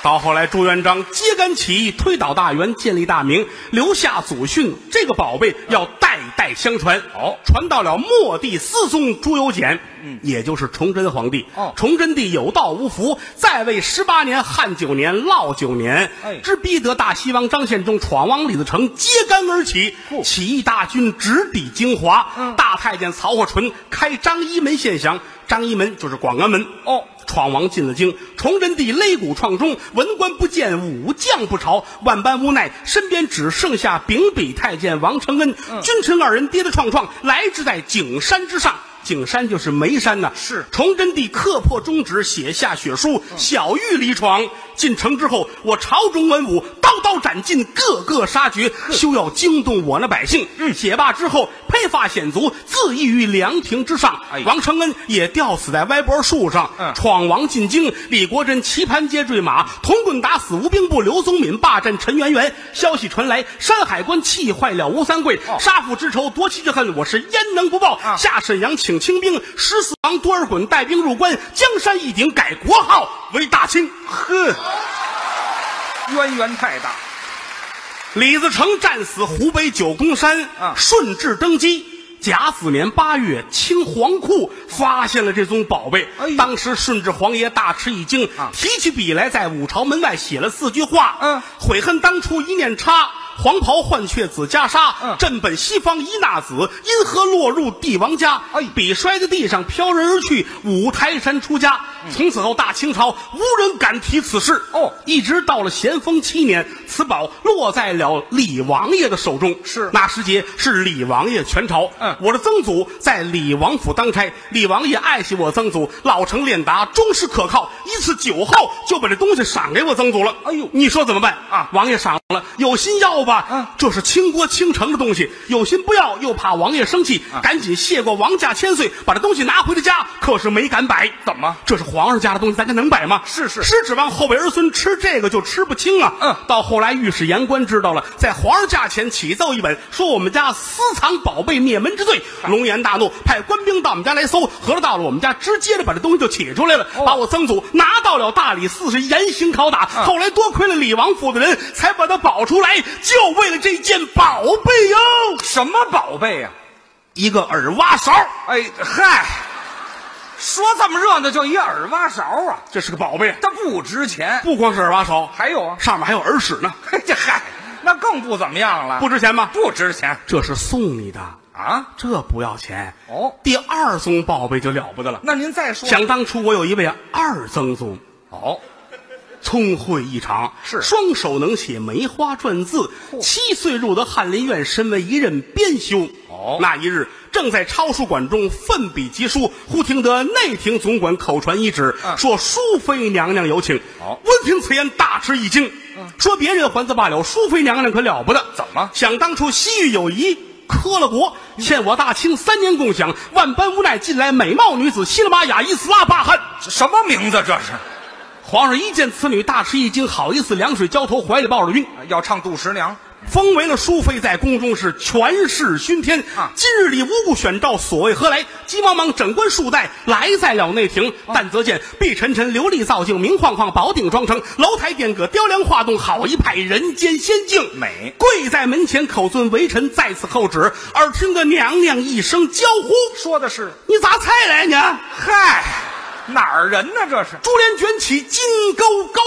Speaker 1: 到后来，朱元璋揭竿起义，推倒大元，建立大明，留下祖训。这个宝贝要代代相传，
Speaker 2: 哦
Speaker 1: 传到了末帝思宗朱由检，嗯，也就是崇祯皇帝。
Speaker 2: 哦
Speaker 1: 崇祯帝有道无福，在位十八年，汉九年，涝九年，
Speaker 2: 哎
Speaker 1: 直逼得大西王张献忠闯王李自成，揭竿而起，
Speaker 2: 嚯
Speaker 1: 起义大军直抵京华。
Speaker 2: 嗯
Speaker 1: 大太监曹货纯开张一门县降，张一门就是广安门。
Speaker 2: 哦，
Speaker 1: 闯王进了京，崇祯帝擂鼓创钟，文官不见，武将不朝，万般无奈，身边只剩下秉笔太监王承恩，
Speaker 2: 嗯
Speaker 1: 君臣二人跌跌撞撞，来至在景山之上。景山就是眉山呐、
Speaker 2: 是嗯
Speaker 1: 崇祯帝刻破中指，写下血书，小玉离闯。进城之后，我朝中文武刀刀斩尽，个个杀绝，
Speaker 2: 嗯
Speaker 1: 休要惊动我那百姓。嗯，写罢之后，披发显足，自缢于凉亭之上。
Speaker 2: 哎
Speaker 1: 王承恩也吊死在歪脖树上。
Speaker 2: 嗯
Speaker 1: 闯王进京，李国珍棋盘街坠马，铜棍打死吴兵部刘宗敏，霸占陈圆圆。消息传来，山海关气坏了吴三桂，
Speaker 2: 哦
Speaker 1: 杀父之仇，夺妻之恨，我是焉能不报？
Speaker 2: 啊
Speaker 1: 下沈阳请清兵，十四王多尔衮带兵入关，江山一顶，改国号为大清。呵，
Speaker 2: 渊源太大。
Speaker 1: 李自成战死湖北九宫山，
Speaker 2: 啊
Speaker 1: 顺治登基。甲子年八月，清皇库发现了这宗宝贝。
Speaker 2: 哎呦
Speaker 1: 当时顺治皇爷大吃一惊，
Speaker 2: 啊
Speaker 1: 提起笔来，在五朝门外写了四句话：
Speaker 2: 嗯
Speaker 1: 悔恨当初一念差，黄袍换却紫袈裟。
Speaker 2: 嗯
Speaker 1: 朕本西方一纳子，因何落入帝王家？
Speaker 2: 哎
Speaker 1: 笔摔在地上，飘然而去。五台山出家，从此后大清朝无人敢提此事。
Speaker 2: 嗯哦
Speaker 1: 一直到了咸丰七年，此宝落在了李王爷的手中。
Speaker 2: 是
Speaker 1: 那时节是李王爷全朝。
Speaker 2: 嗯
Speaker 1: 我的曾祖在李王府当差，李王爷爱惜我曾祖，老成练达，忠实可靠。一次酒后就把这东西赏给我曾祖了。
Speaker 2: 哎呦
Speaker 1: 你说怎么办
Speaker 2: 啊
Speaker 1: 王爷赏了，有心要吧？
Speaker 2: 嗯
Speaker 1: 这是倾国倾城的东西，有心不要，又怕王爷生气，
Speaker 2: 啊
Speaker 1: 赶紧谢过王家千岁，把这东西拿回了家。可是没敢摆，
Speaker 2: 怎么
Speaker 1: 这是皇上家的东西，咱这能摆吗？
Speaker 2: 是是
Speaker 1: 是指望后辈儿孙吃这个就吃不清啊。
Speaker 2: 嗯
Speaker 1: 到后来御史言官知道了，在皇上驾前启奏一本，说我们家私藏宝贝灭门之罪。龙颜大怒，派官兵到我们家来搜，合着到了我们家，直接的把这东西就起出来了，
Speaker 2: 哦嗯
Speaker 1: 把我曾祖拿到了大理寺是严刑拷打。后来多亏了李王府的人，才把他保出来，就为了这件宝贝哟，
Speaker 2: 什么宝贝呀、
Speaker 1: 一个耳挖勺，
Speaker 2: 哎嗨，说这么热闹就一耳挖勺啊，
Speaker 1: 这是个宝贝，
Speaker 2: 它不值钱。
Speaker 1: 不光是耳挖勺，
Speaker 2: 还有啊，
Speaker 1: 上面还有耳屎呢，
Speaker 2: 嘿这嗨，那更不怎么样了，
Speaker 1: 不值钱吗？
Speaker 2: 不值钱
Speaker 1: 这是送你的。
Speaker 2: 啊？
Speaker 1: 这不要钱
Speaker 2: 哦
Speaker 1: 第二宗宝贝就了不得了。
Speaker 2: 那您再说
Speaker 1: 想当初，我有一位二曾祖，
Speaker 2: 哦，
Speaker 1: 聪慧异常，
Speaker 2: 是
Speaker 1: 双手能写梅花篆字。
Speaker 2: 嚯
Speaker 1: 七岁入得翰林院，身为一任编修。
Speaker 2: 哦哦
Speaker 1: 那一日，正在抄书馆中奋笔疾书，忽听得内廷总管口传一旨，
Speaker 2: 嗯
Speaker 1: 说淑妃娘娘有请。
Speaker 2: 哦
Speaker 1: 闻听此言，大吃一惊。说别人还则罢了，淑妃娘娘可了不得。
Speaker 2: 嗯怎么嗯
Speaker 1: 想当初西域有一磕了国，欠我大清三年共享，万般无奈，近来美貌女子西勒玛雅伊斯拉巴汗。
Speaker 2: 这什么名字这是？
Speaker 1: 皇上一见此女，大吃一惊，好意思凉水浇头，怀里抱着晕。
Speaker 2: 要唱杜十娘，
Speaker 1: 封为了淑妃，在宫中是权势熏天
Speaker 2: 啊
Speaker 1: 今日里无故选召，所谓何来？急忙忙整冠束带，来在了内廷。
Speaker 2: 哦
Speaker 1: 但则见碧沉沉，琉璃造镜，明晃晃，宝顶妆成，楼台殿阁，雕梁画栋，好一派人间仙境。
Speaker 2: 美
Speaker 1: 跪在门前，口尊微臣在此候旨。耳听得娘娘一声娇呼
Speaker 2: 说的是：“
Speaker 1: 你咋才来呢
Speaker 2: 嗨，哪儿人呢？这是？”
Speaker 1: 珠帘卷起，金钩高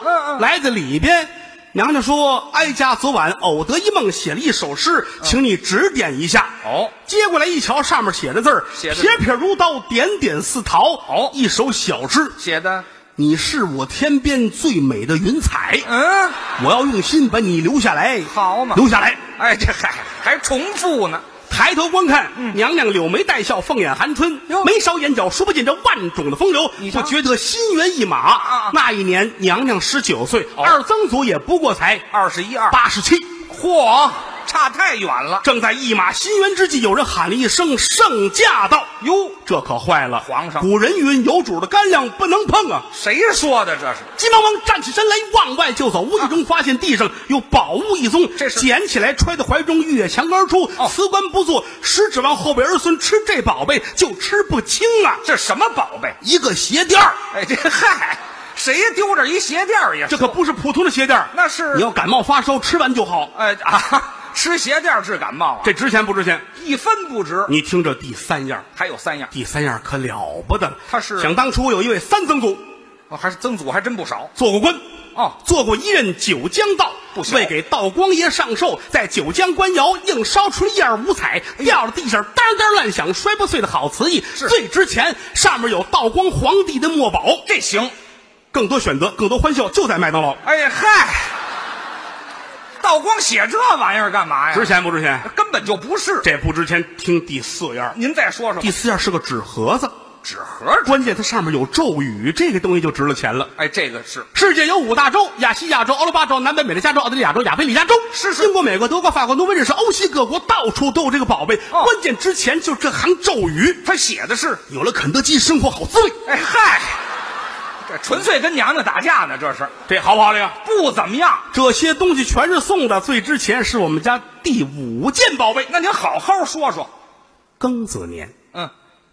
Speaker 1: 挂。
Speaker 2: 嗯嗯
Speaker 1: 来在里边，娘娘说：“哀家昨晚偶得一梦，写了一首诗，
Speaker 2: 嗯
Speaker 1: 请你指点一下。”
Speaker 2: 哦，
Speaker 1: 接过来一瞧，上面写着字儿，
Speaker 2: 写着
Speaker 1: 撇撇如刀，点点似桃。
Speaker 2: 哦
Speaker 1: 一首小诗，
Speaker 2: 写的，
Speaker 1: 你是我天边最美的云彩，
Speaker 2: 嗯，
Speaker 1: 我要用心把你留下来。
Speaker 2: 好嘛
Speaker 1: 留下来。
Speaker 2: 哎，这嗨还重复呢，
Speaker 1: 抬头观看，娘娘柳眉带笑，凤眼含春
Speaker 2: 嗯哟，
Speaker 1: 眉梢眼角数不尽这万种的风流，
Speaker 2: 你瞧
Speaker 1: 我觉得心猿意马。
Speaker 2: 啊哦
Speaker 1: 那一年，娘娘十九岁，二曾祖也不过才
Speaker 2: 二十一二，
Speaker 1: 八十七。
Speaker 2: 嚯，差太远了
Speaker 1: 正在一马心猿之际，有人喊了一声“圣驾到”，
Speaker 2: 哟！
Speaker 1: 这可坏了。
Speaker 2: 皇上
Speaker 1: 古人云：“有主的干粮不能碰啊
Speaker 2: 谁说的这是？”？
Speaker 1: 急忙忙站起身来，往外就走。无意中发现地上有宝物一宗，
Speaker 2: 这是
Speaker 1: 捡起来揣在怀中，越墙而出。
Speaker 2: 哦
Speaker 1: 辞官不做，实指望后辈儿孙吃这宝贝，就吃不清啊！
Speaker 2: 这什么宝贝？
Speaker 1: 一个鞋垫儿，
Speaker 2: 哎，这嗨，谁丢这一鞋垫儿也
Speaker 1: 这可不是普通的鞋垫儿，
Speaker 2: 那是
Speaker 1: 你要感冒发烧吃完就好，
Speaker 2: 哎啊，吃鞋垫儿治感冒啊，
Speaker 1: 这值钱不值钱？
Speaker 2: 一分不值。
Speaker 1: 你听这第三样，
Speaker 2: 还有三样，
Speaker 1: 第三样可了不得了。
Speaker 2: 他是
Speaker 1: 想当初有一位三曾祖，
Speaker 2: 哦、还是曾祖还真不少
Speaker 1: 做过官，
Speaker 2: 哦。
Speaker 1: 做过一任九江道，
Speaker 2: 不小
Speaker 1: 为给道光爷上寿，在九江官窑硬烧出了一二五彩，掉到地上当当乱响，摔不碎的好瓷艺，
Speaker 2: 是
Speaker 1: 最值钱。上面有道光皇帝的墨宝，
Speaker 2: 这行，
Speaker 1: 更多选择，更多欢笑，就在麦当劳，
Speaker 2: 哎呀嗨，道光写这玩意儿干嘛呀？
Speaker 1: 值钱不值钱？
Speaker 2: 根本就不是。
Speaker 1: 这不值钱。听第四样，
Speaker 2: 您再说说
Speaker 1: 第四样是个纸盒子，
Speaker 2: 纸盒这，
Speaker 1: 关键它上面有咒语，这个东西就值了钱了。
Speaker 2: 哎，这个是
Speaker 1: 世界有五大洲：亚细亚洲、欧罗巴洲、南北美的加州、澳大利亚州、亚非利亚州。
Speaker 2: 是是
Speaker 1: 英国、美国、德国、法国、挪威、瑞士、欧西各国到处都有这个宝贝。
Speaker 2: 哦
Speaker 1: 关键之前就是这行咒语，
Speaker 2: 他写的是，
Speaker 1: 有了肯德基，生活好滋味。
Speaker 2: 哎嗨，这纯粹跟娘娘打架呢，这是
Speaker 1: 这好不好？这个
Speaker 2: 不怎么样。
Speaker 1: 这些东西全是送的，最值钱是我们家第五件宝贝。
Speaker 2: 那您好好说说，
Speaker 1: 庚子年，
Speaker 2: 嗯，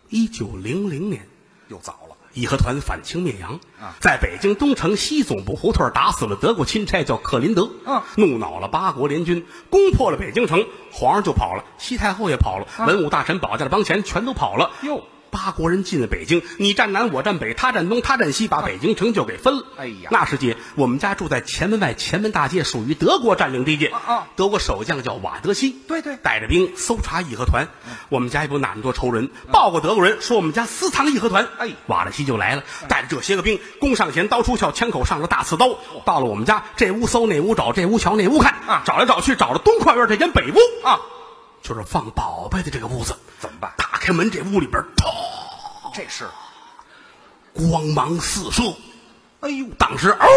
Speaker 1: 一九零零年，
Speaker 2: 又早了，
Speaker 1: 义和团反清灭洋
Speaker 2: 啊
Speaker 1: 在北京东城西总部胡同打死了德国钦差叫克林德，
Speaker 2: 嗯
Speaker 1: 怒恼了八国联军，攻破了北京城，皇上就跑了，西太后也跑了，文武大臣、保家的帮钱全都跑了。
Speaker 2: 啊哟，
Speaker 1: 八国人进了北京，你站南，我站北，他站东，他站西，把北京城就给分了。
Speaker 2: 啊哎呀
Speaker 1: 那时节，我们家住在前门外前门大街，属于德国占领地界。
Speaker 2: 啊啊
Speaker 1: 德国守将叫瓦德西，
Speaker 2: 对嗯对
Speaker 1: 带着兵搜查义和团。我们家也不哪么多仇人，报过德国人说我们家私藏义和团。
Speaker 2: 哎
Speaker 1: 瓦勒西就来了，带着这些个兵，弓上弦，刀出鞘，枪口上了大刺刀。到了我们家，这屋搜，那屋找，这屋瞧，那屋看，
Speaker 2: 啊
Speaker 1: 找来找去，找了东跨院这间北屋，
Speaker 2: 啊，
Speaker 1: 就是放宝贝的这个屋子。
Speaker 2: 怎么办
Speaker 1: 打开门，这屋里边，啪，
Speaker 2: 这是，
Speaker 1: 光芒四射。
Speaker 2: 哎呦，
Speaker 1: 当时，嗷，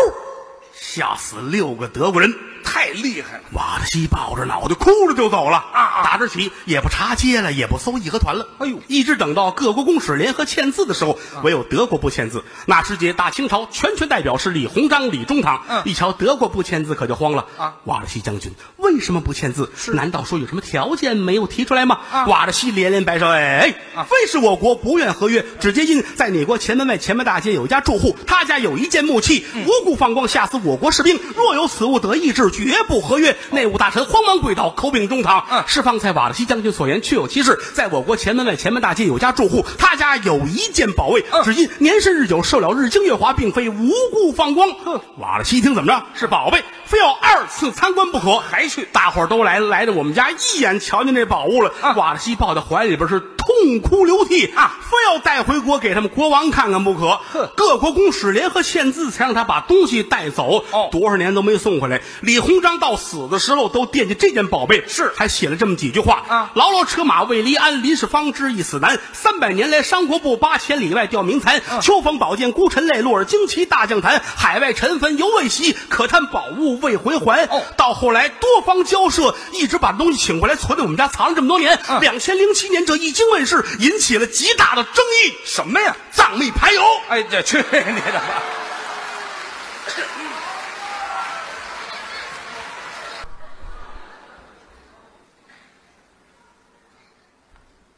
Speaker 1: 吓死六个德国人。
Speaker 2: 太厉害了。
Speaker 1: 瓦德西抱着脑袋哭了就走了
Speaker 2: 啊啊
Speaker 1: 打这起也不查街了，也不搜义和团了。
Speaker 2: 哎呦啊
Speaker 1: 一直等到各国公使联合签字的时候，唯有德国不签字。那时节，大清朝全权代表是李鸿章、李中堂。
Speaker 2: 嗯
Speaker 1: 一瞧德国不签字，可就慌了
Speaker 2: 啊！
Speaker 1: 瓦勒西将军为什么不签字？难道说有什么条件没有提出来吗？瓦勒西连连摆手，哎，
Speaker 2: 啊
Speaker 1: 非是我国不愿合约，只皆因在你国前门外前门大街有一家住户，他家有一件木器，
Speaker 2: 嗯
Speaker 1: 无故放光，吓死我国士兵。若有此物得意志，绝不合约。内务大臣慌忙跪倒，口禀中堂。
Speaker 2: 嗯
Speaker 1: 是方才瓦勒西将军所言确有其事，在我国前门外前门大街有家住户，他家有一件宝贝，
Speaker 2: 嗯
Speaker 1: 只因
Speaker 2: 嗯
Speaker 1: 年深日久，受了日精月华，并非无故放光。瓦勒西一听怎么着是宝贝，非要二次参观不可。
Speaker 2: 还去
Speaker 1: 大伙儿都来了，来到我们家，一眼瞧见这宝物了，
Speaker 2: 啊
Speaker 1: 瓦西抱在怀里边是痛哭流涕
Speaker 2: 啊，
Speaker 1: 非要带回国给他们国王看看不可
Speaker 2: 哼。
Speaker 1: 各国公使联合签字，才让他把东西带走。
Speaker 2: 哦
Speaker 1: 多少年都没送回来。李鸿章到死的时候都惦记这件宝贝，
Speaker 2: 是
Speaker 1: 还写了这么几句话
Speaker 2: 啊
Speaker 1: 牢牢车马未离鞍，林氏方知一死难。三百年来商国步，八千里外吊鸣蝉。
Speaker 2: 啊
Speaker 1: 秋风宝剑孤臣泪，落日旌旗大将坛。海外尘坟犹未息，可叹宝物未回还。
Speaker 2: 哦
Speaker 1: 到后来多方交涉，一直把东西请回来，存在我们家藏了这么多年。
Speaker 2: 嗯
Speaker 1: 两千零七年这一经问世，引起了极大的争议，
Speaker 2: 什么呀？
Speaker 1: 藏秘排油。
Speaker 2: 哎，这去 你的吧！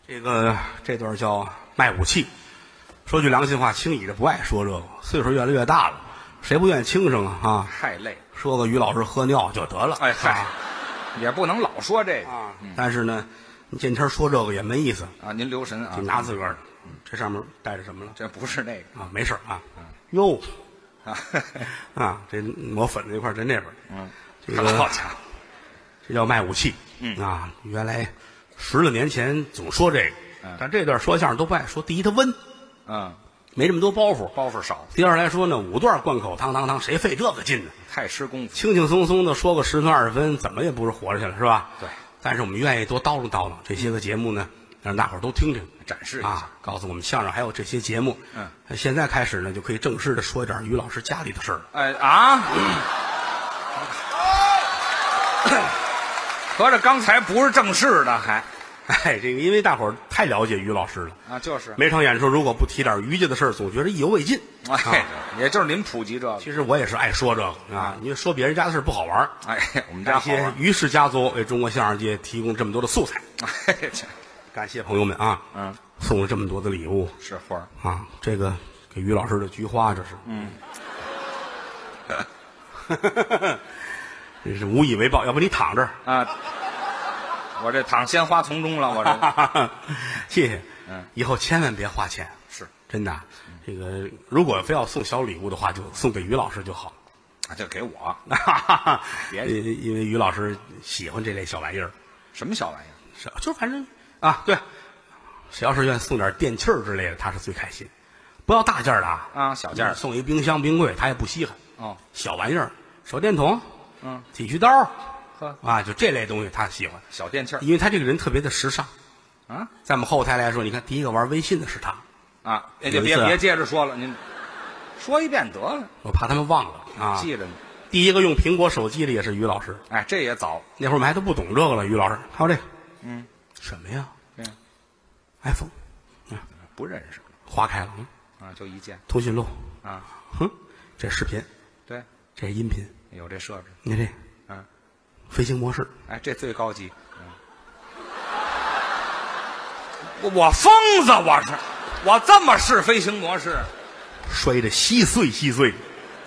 Speaker 1: 这个这段叫卖武器。说句良心话，轻易的不爱说这个，岁数越来越大了，谁不愿意轻声啊？啊，
Speaker 2: 太累。
Speaker 1: 说个于老师喝尿就得了。
Speaker 2: 哎嗨、
Speaker 1: 啊
Speaker 2: 也不能老说这个
Speaker 1: 啊，但是呢，你见天说这个也没意思，
Speaker 2: 啊。您留神啊
Speaker 1: 你，拿自个儿的，
Speaker 2: 嗯
Speaker 1: 这上面带着什么了
Speaker 2: 这不是那个
Speaker 1: 啊？没事儿啊。
Speaker 2: 嗯
Speaker 1: 哟
Speaker 2: 啊。
Speaker 1: 啊，这抹粉那块儿在那边儿，
Speaker 2: 嗯，
Speaker 1: 这
Speaker 2: 好
Speaker 1: 个
Speaker 2: 家伙，
Speaker 1: 这叫卖武器。嗯啊，原来十来年前总说这个
Speaker 2: 嗯，
Speaker 1: 但这段说相声都不爱说。第一，它温，
Speaker 2: 嗯，
Speaker 1: 没这么多包袱；
Speaker 2: 包袱少，
Speaker 1: 第二来说呢，五段贯口，汤汤汤，谁费这个劲呢？
Speaker 2: 太吃功夫。
Speaker 1: 轻轻松松的说个十分二十分，怎么也不是活着去了，是吧？
Speaker 2: 对。
Speaker 1: 但是我们愿意多叨叨叨叨这些个节目呢，让大伙儿都听听，
Speaker 2: 展示一下
Speaker 1: 啊，告诉我们相声还有这些节目。
Speaker 2: 嗯，
Speaker 1: 现在开始呢，就可以正式的说一点于老师家里的事儿了。
Speaker 2: 哎啊！ 合着刚才不是正式的，还
Speaker 1: 哎，这个因为大伙儿太了解于老师了，
Speaker 2: 啊，就是，
Speaker 1: 每场演出如果不提点于家的事儿，总觉得意犹未尽。
Speaker 2: 哎
Speaker 1: 啊，
Speaker 2: 也就是您普及这个。
Speaker 1: 其实我也是爱说这个啊，因为说别人家的事儿不好玩儿。
Speaker 2: 嗯哎，我们家
Speaker 1: 感
Speaker 2: 好玩
Speaker 1: 谢于氏家族为中国相声界提供这么多的素材，
Speaker 2: 哎，这
Speaker 1: 感谢朋友们啊，
Speaker 2: 嗯，
Speaker 1: 送了这么多的礼物，
Speaker 2: 是花儿
Speaker 1: 啊，这个给于老师的菊花，这是， 嗯，这是无以为报，要不你躺这儿，
Speaker 2: 啊！我这躺鲜花丛中了， 我
Speaker 1: 哈
Speaker 2: 这
Speaker 1: 哈哈谢谢，
Speaker 2: 嗯，
Speaker 1: 以后千万别花钱，
Speaker 2: 是
Speaker 1: 真的啊，这个如果非要送小礼物的话，就送给于老师就好了。
Speaker 2: 啊，就给我
Speaker 1: 哈哈哈
Speaker 2: 别
Speaker 1: 因 因为于老师喜欢这类小玩意儿，
Speaker 2: 什么小玩意儿？
Speaker 1: 是就反正啊，对，谁要是愿意送点电器儿之类的，他是最开心。不要大件儿的啊，
Speaker 2: 啊小件儿
Speaker 1: 送一冰箱、冰柜，他也不稀罕。
Speaker 2: 哦，
Speaker 1: 小玩意儿，手电筒，
Speaker 2: 嗯，
Speaker 1: 剃须刀，
Speaker 2: 呵，
Speaker 1: 啊，就这类东西他喜欢，
Speaker 2: 小电器儿
Speaker 1: 因为他这个人特别的时尚。
Speaker 2: 啊
Speaker 1: 在我们后台来说，你看第一个玩微信的是他，
Speaker 2: 啊！哎，
Speaker 1: 有
Speaker 2: 就
Speaker 1: 一
Speaker 2: 别
Speaker 1: 次啊
Speaker 2: 别接着说了，您说一遍得了，
Speaker 1: 我怕他们忘了啊。
Speaker 2: 记着呢。
Speaker 1: 第一个用苹果手机的也是于老师，
Speaker 2: 哎，这也早，
Speaker 1: 那会儿我们还都不懂这个了。于老师，还有这个，
Speaker 2: 嗯，
Speaker 1: 什么呀
Speaker 2: 这样
Speaker 1: ？iPhone，
Speaker 2: 不认识
Speaker 1: 花开了，嗯
Speaker 2: 啊，就一见
Speaker 1: 通讯录，
Speaker 2: 啊，
Speaker 1: 哼，这视频，
Speaker 2: 对，
Speaker 1: 这是音频，
Speaker 2: 有这设置，
Speaker 1: 你看这
Speaker 2: 嗯，
Speaker 1: 飞行模式，
Speaker 2: 哎，这最高级。嗯我我疯子，我是，我这么试飞行模式，
Speaker 1: 摔得稀碎稀碎，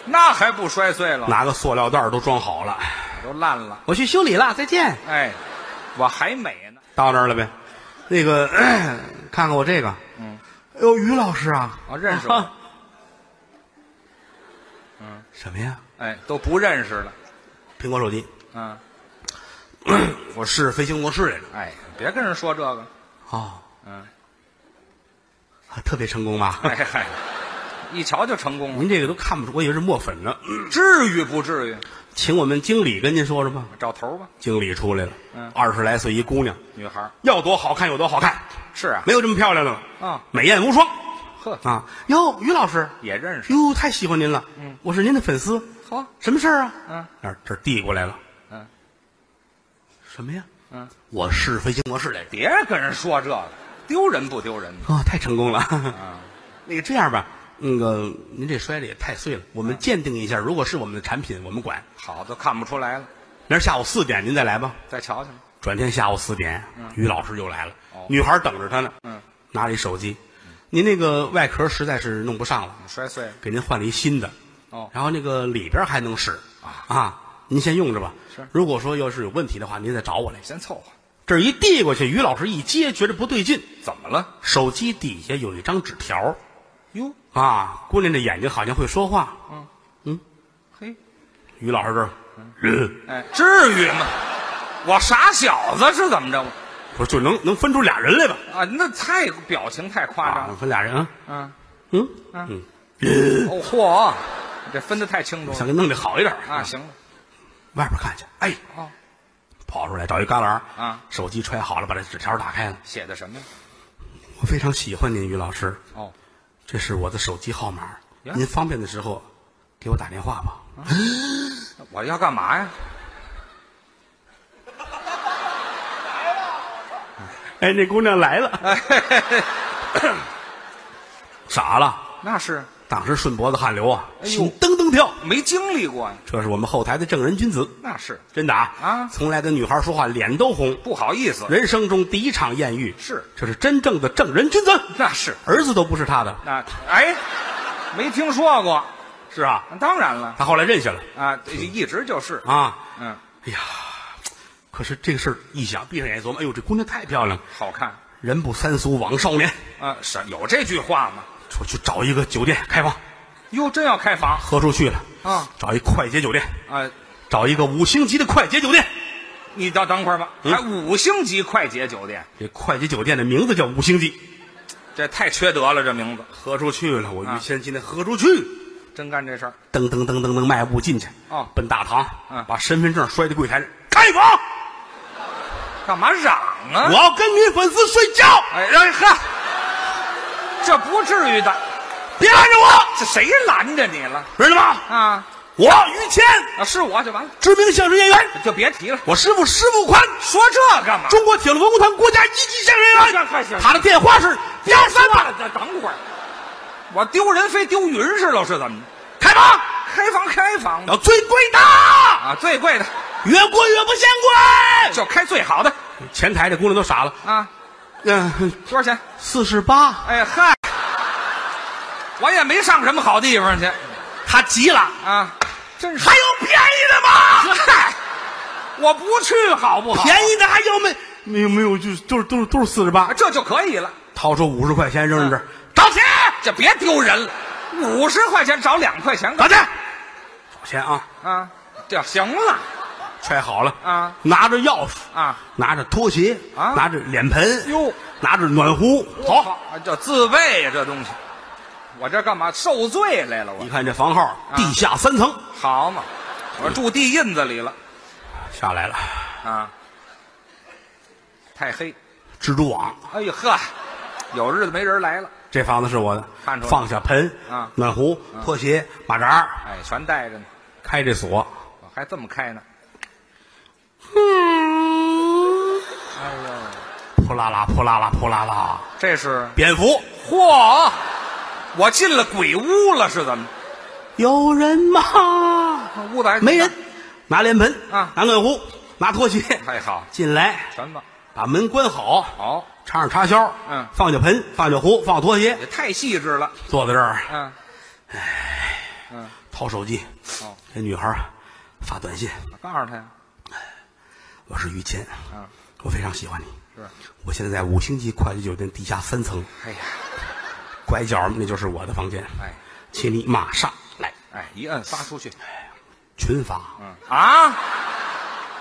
Speaker 2: 那还不摔碎了？
Speaker 1: 拿个塑料袋儿都装好了。
Speaker 2: 都烂了。
Speaker 1: 我去修理了，再见。
Speaker 2: 哎，我还美呢。
Speaker 1: 到那儿了呗。那个， 看看我这个。
Speaker 2: 嗯。
Speaker 1: 哎呦，于老师啊，
Speaker 2: 啊认识我
Speaker 1: 啊。嗯。什么呀？
Speaker 2: 哎，都不认识了。
Speaker 1: 苹果手机，
Speaker 2: 嗯，
Speaker 1: 我试飞行模式来着。
Speaker 2: 哎，别跟人说这个。
Speaker 1: 哦。
Speaker 2: 嗯。
Speaker 1: 啊特别成功 吧？
Speaker 2: 哎嗨、一瞧就成功了，
Speaker 1: 您这个都看不出，我以为是墨粉呢。
Speaker 2: 至于不至于？
Speaker 1: 请我们经理跟您说说吧。
Speaker 2: 找头吧，
Speaker 1: 经理出来了，
Speaker 2: 嗯
Speaker 1: 二十来岁一姑娘，
Speaker 2: 女孩儿。
Speaker 1: 要多好看有多好看，
Speaker 2: 是啊，
Speaker 1: 没有这么漂亮的了，
Speaker 2: 啊
Speaker 1: 美艳无双
Speaker 2: 呵，
Speaker 1: 啊！哟，于老师，
Speaker 2: 也认识。
Speaker 1: 哟，太喜欢您了，
Speaker 2: 嗯，
Speaker 1: 我是您的粉丝，
Speaker 2: 嚯，
Speaker 1: 什么事儿啊？
Speaker 2: 嗯
Speaker 1: 那儿这儿递过来了，
Speaker 2: 嗯，
Speaker 1: 什么呀？
Speaker 2: 嗯，
Speaker 1: 我试飞行模式来着。
Speaker 2: 别跟人说这个，丢人不丢人？
Speaker 1: 哦，太成功了。
Speaker 2: 嗯
Speaker 1: 那个这样吧，那个您这摔的也太碎了，我
Speaker 2: 嗯
Speaker 1: 们鉴定一下，如果是我们的产品，我们管。
Speaker 2: 好，都看不出来了。
Speaker 1: 明儿下午四点您再来吧。
Speaker 2: 再瞧瞧，
Speaker 1: 转天下午四点，于老师又来了
Speaker 2: 嗯哦，
Speaker 1: 女孩等着他呢。
Speaker 2: 嗯，
Speaker 1: 拿了一手机，您那个外壳实在是弄不上了，
Speaker 2: 摔碎了。
Speaker 1: 给您换了一新的。
Speaker 2: 哦
Speaker 1: 然后那个里边还能使
Speaker 2: 啊
Speaker 1: 您先用着吧。
Speaker 2: 是
Speaker 1: 如果说要是有问题的话，您再找我来。
Speaker 2: 先凑合。
Speaker 1: 这儿一递过去，于老师一接，觉着不对劲，
Speaker 2: 怎么了？
Speaker 1: 手机底下有一张纸条
Speaker 2: 哟，
Speaker 1: 啊，姑娘这眼睛好像会说话。
Speaker 2: 嘿，
Speaker 1: 于老师这儿 人，
Speaker 2: 哎，至于吗？我傻小子是怎么着？我
Speaker 1: 不是就能能分出俩人来吧？
Speaker 2: 啊，那太表情太夸张
Speaker 1: 啊，
Speaker 2: 了。
Speaker 1: 分俩人啊，
Speaker 2: 嗯，
Speaker 1: 嗯
Speaker 2: 啊
Speaker 1: 嗯，人
Speaker 2: 哦嚯，这分得太清楚
Speaker 1: 想
Speaker 2: 了
Speaker 1: 给弄得好一点
Speaker 2: 啊！，行了，
Speaker 1: 外边看去，哎，
Speaker 2: 哦，
Speaker 1: 跑出来找一旮旯
Speaker 2: 啊，
Speaker 1: 手机揣好了，把这纸条打开了。
Speaker 2: 写的什么呀？
Speaker 1: 我非常喜欢您，于老师，
Speaker 2: 哦，
Speaker 1: 这是我的手机号码，
Speaker 2: 呀
Speaker 1: 您方便的时候给我打电话吧。
Speaker 2: 我要干嘛呀？
Speaker 1: 哎，那姑娘来 了，傻了，
Speaker 2: 那是
Speaker 1: 当时顺脖子汗流啊，
Speaker 2: 哎呦
Speaker 1: 心噔噔跳。
Speaker 2: 没经历过呀，
Speaker 1: 这是我们后台的正人君子，
Speaker 2: 那是
Speaker 1: 真的啊，
Speaker 2: 啊
Speaker 1: 从来跟女孩说话脸都红，
Speaker 2: 不好意思，
Speaker 1: 人生中第一场艳遇
Speaker 2: 是
Speaker 1: 这是真正的正人君子，
Speaker 2: 那是
Speaker 1: 儿子都不是他的，
Speaker 2: 那哎，没听说过，
Speaker 1: 是啊，
Speaker 2: 当然了
Speaker 1: 他后来认下了
Speaker 2: 啊，一直就是，
Speaker 1: 啊，
Speaker 2: 嗯，
Speaker 1: 哎呀，可是这个事儿一想，闭上眼琢磨，哎呦，这姑娘太漂亮了，
Speaker 2: 好看
Speaker 1: 人不三俗枉少年，
Speaker 2: 啊，什有这句话吗？
Speaker 1: 说去找一个酒店开房，
Speaker 2: 哟，真要开房
Speaker 1: 喝出去了，
Speaker 2: 啊
Speaker 1: 找一快捷酒店，
Speaker 2: 啊！
Speaker 1: 找一个五星级的快捷酒店，
Speaker 2: 你等等会儿吧，
Speaker 1: 嗯
Speaker 2: 还五星级快捷酒店，
Speaker 1: 这快捷酒店的名字叫五星级，
Speaker 2: 这太缺德了，这名字
Speaker 1: 喝出去了，我
Speaker 2: 啊
Speaker 1: 于谦今天喝出去，
Speaker 2: 真干这事儿
Speaker 1: 噔噔噔噔噔迈步进去，
Speaker 2: 哦
Speaker 1: 奔大堂，
Speaker 2: 嗯
Speaker 1: 把身份证摔在柜台上，开房，
Speaker 2: 啊干嘛嚷啊？
Speaker 1: 我要跟女粉丝睡觉，
Speaker 2: 哎哎呵，这不至于的，
Speaker 1: 别拦着我，
Speaker 2: 这谁拦着你了
Speaker 1: 知道吗？
Speaker 2: 啊？
Speaker 1: 我于谦，
Speaker 2: 啊，是我就完了，
Speaker 1: 知名相声演员，
Speaker 2: 就别提了，
Speaker 1: 我师傅师傅宽，
Speaker 2: 说这干嘛？
Speaker 1: 中国铁路文工团国家一级相声
Speaker 2: 行
Speaker 1: 演
Speaker 2: 行行
Speaker 1: 员，他的电话是幺三八，
Speaker 2: 等啊等会儿，我丢人非丢云似的，是怎么着？
Speaker 1: 开房
Speaker 2: 开房开房吧
Speaker 1: 要最贵的，
Speaker 2: 啊，最贵的
Speaker 1: 越贵越不嫌贵。
Speaker 2: 就开最好的
Speaker 1: 前台这姑娘都傻了，
Speaker 2: 啊，
Speaker 1: 嗯，
Speaker 2: 多少钱？
Speaker 1: 四十八，
Speaker 2: 哎嗨，我也没上什么好地方去
Speaker 1: 她急了，
Speaker 2: 啊，真是
Speaker 1: 还有便宜的吗？
Speaker 2: 嗨，我不去好不 好？
Speaker 1: 便宜的还有没？没有没有，就是就是都是都是四十八
Speaker 2: 啊，这就可以了，
Speaker 1: 掏出五十块钱扔在这儿，找钱
Speaker 2: 这别丢人了，五十块钱找两块钱
Speaker 1: 找
Speaker 2: 干
Speaker 1: 钱，找钱啊！
Speaker 2: 啊，这行了
Speaker 1: 揣好了
Speaker 2: 啊，
Speaker 1: 拿着钥匙，
Speaker 2: 啊，
Speaker 1: 拿着拖鞋
Speaker 2: 啊
Speaker 1: 拿着脸盆
Speaker 2: 哟，
Speaker 1: 拿着暖壶走。
Speaker 2: 好，啊这自备呀，这东西，我这干嘛受罪来了？我
Speaker 1: 一看这房号，
Speaker 2: 啊
Speaker 1: 地下三层，
Speaker 2: 好嘛，我住地印子里了
Speaker 1: 下来了，
Speaker 2: 啊，太黑，
Speaker 1: 蜘蛛网。
Speaker 2: 哎呦呵，有日子没人来了，
Speaker 1: 这房子是我的，
Speaker 2: 看出来
Speaker 1: 放下盆
Speaker 2: 啊
Speaker 1: 暖壶、拖鞋、马扎儿，
Speaker 2: 哎，全带着呢，
Speaker 1: 开这锁，
Speaker 2: 我还这么开呢，哎呦，
Speaker 1: 扑啦啦，扑啦啦，扑啦啦，
Speaker 2: 这是
Speaker 1: 蝙蝠，
Speaker 2: 嚯，我进了鬼屋了是怎么？
Speaker 1: 有人吗？
Speaker 2: 屋子还挺大
Speaker 1: 没人，，拿脸盆
Speaker 2: 啊
Speaker 1: 拿暖壶，拿拖鞋
Speaker 2: 太好，
Speaker 1: 进来，
Speaker 2: 全放
Speaker 1: 把门关好，
Speaker 2: 好，
Speaker 1: 插上插销，
Speaker 2: 嗯
Speaker 1: 放下盆，放下壶，放下拖鞋，
Speaker 2: 也太细致了，
Speaker 1: 坐在这儿
Speaker 2: 嗯，
Speaker 1: 掏手机，
Speaker 2: 哦，
Speaker 1: 这女孩儿发短信，
Speaker 2: 我告诉他呀，
Speaker 1: 我是于谦，
Speaker 2: 啊，
Speaker 1: 我非常喜欢你，
Speaker 2: 是，
Speaker 1: 我现在在五星级快捷酒店地下三层，
Speaker 2: 哎呀，
Speaker 1: 拐角那就是我的房间，
Speaker 2: 哎
Speaker 1: 请你马上来
Speaker 2: 哎，一摁发出去。
Speaker 1: 群发。
Speaker 2: 啊，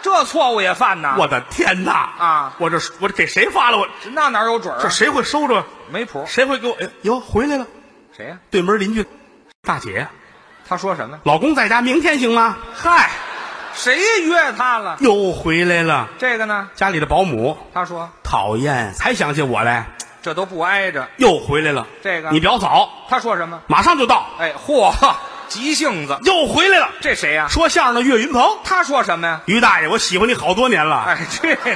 Speaker 2: 这错误也犯呐！
Speaker 1: 我的天哪！
Speaker 2: 啊
Speaker 1: 我这我这给谁发了？我
Speaker 2: 那哪有准儿
Speaker 1: 这
Speaker 2: 啊？
Speaker 1: 谁会收着？
Speaker 2: 没谱。
Speaker 1: 谁会给我？哎哟，回来了！
Speaker 2: 谁呀、
Speaker 1: 对门邻居，大姐，
Speaker 2: 他说什么？
Speaker 1: 老公在家，明天行吗？
Speaker 2: 嗨，谁约他了？
Speaker 1: 又回来了。
Speaker 2: 这个呢？
Speaker 1: 家里的保姆
Speaker 2: 他说
Speaker 1: 讨厌，才想起我来，
Speaker 2: 这都不挨着。
Speaker 1: 又回来了。
Speaker 2: 这个
Speaker 1: 你表嫂
Speaker 2: 他说什么？
Speaker 1: 马上就到，
Speaker 2: 哎，嚯，急性子！
Speaker 1: 又回来了。
Speaker 2: 这谁呀、
Speaker 1: 说相声的岳云鹏，
Speaker 2: 他说什么呀？
Speaker 1: 于大爷，我喜欢你好多年了。
Speaker 2: 哎，这个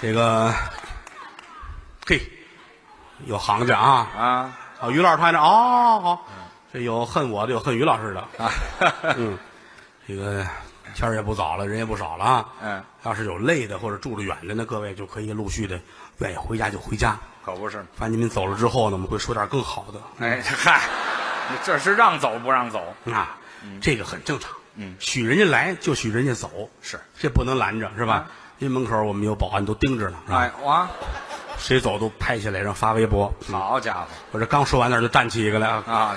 Speaker 1: 这个，嘿，有行家啊。
Speaker 2: 啊
Speaker 1: 啊，于老师他那哦，好，这有恨我的，有恨于老师的。
Speaker 2: 啊，
Speaker 1: 嗯，这个天儿也不早了，人也不少了啊。
Speaker 2: 嗯，
Speaker 1: 要是有累的或者住得远的呢，各位就可以陆续的愿意回家就回家。
Speaker 2: 可不是吗？
Speaker 1: 反正你们走了之后呢，我们会说点更好的。
Speaker 2: 哎，嗨，这是让走不让走？
Speaker 1: 啊，这个很正常。嗯，许人家来就许人家走，
Speaker 2: 嗯是嗯
Speaker 1: 这不能拦着，是吧？因为门口我们有保安都盯着呢，
Speaker 2: 哎
Speaker 1: 啊，，
Speaker 2: 哇，
Speaker 1: 谁走都拍下来，然后发微博。啊
Speaker 2: 好家伙
Speaker 1: 我这刚说完那儿就站起一个来啊，
Speaker 2: 啊！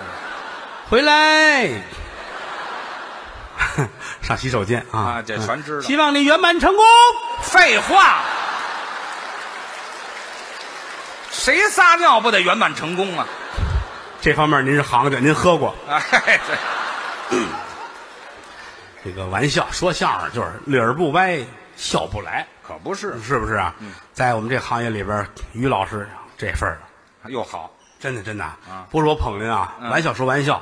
Speaker 1: 回来， 上洗手间啊
Speaker 2: 啊这全知道
Speaker 1: 嗯希望你圆满成功。
Speaker 2: 废话，谁撒尿不得圆满成功啊？
Speaker 1: 这方面您是行家，您喝过
Speaker 2: 哎，对，
Speaker 1: 这个玩笑，说相声就是理儿不歪，笑不来，
Speaker 2: 可不是，
Speaker 1: 是不是啊？
Speaker 2: 嗯
Speaker 1: 在我们这行业里边，于老师这份儿，啊
Speaker 2: 又好，
Speaker 1: 真的真的
Speaker 2: 啊，
Speaker 1: 不是我捧您啊，
Speaker 2: 嗯
Speaker 1: 玩笑说玩笑，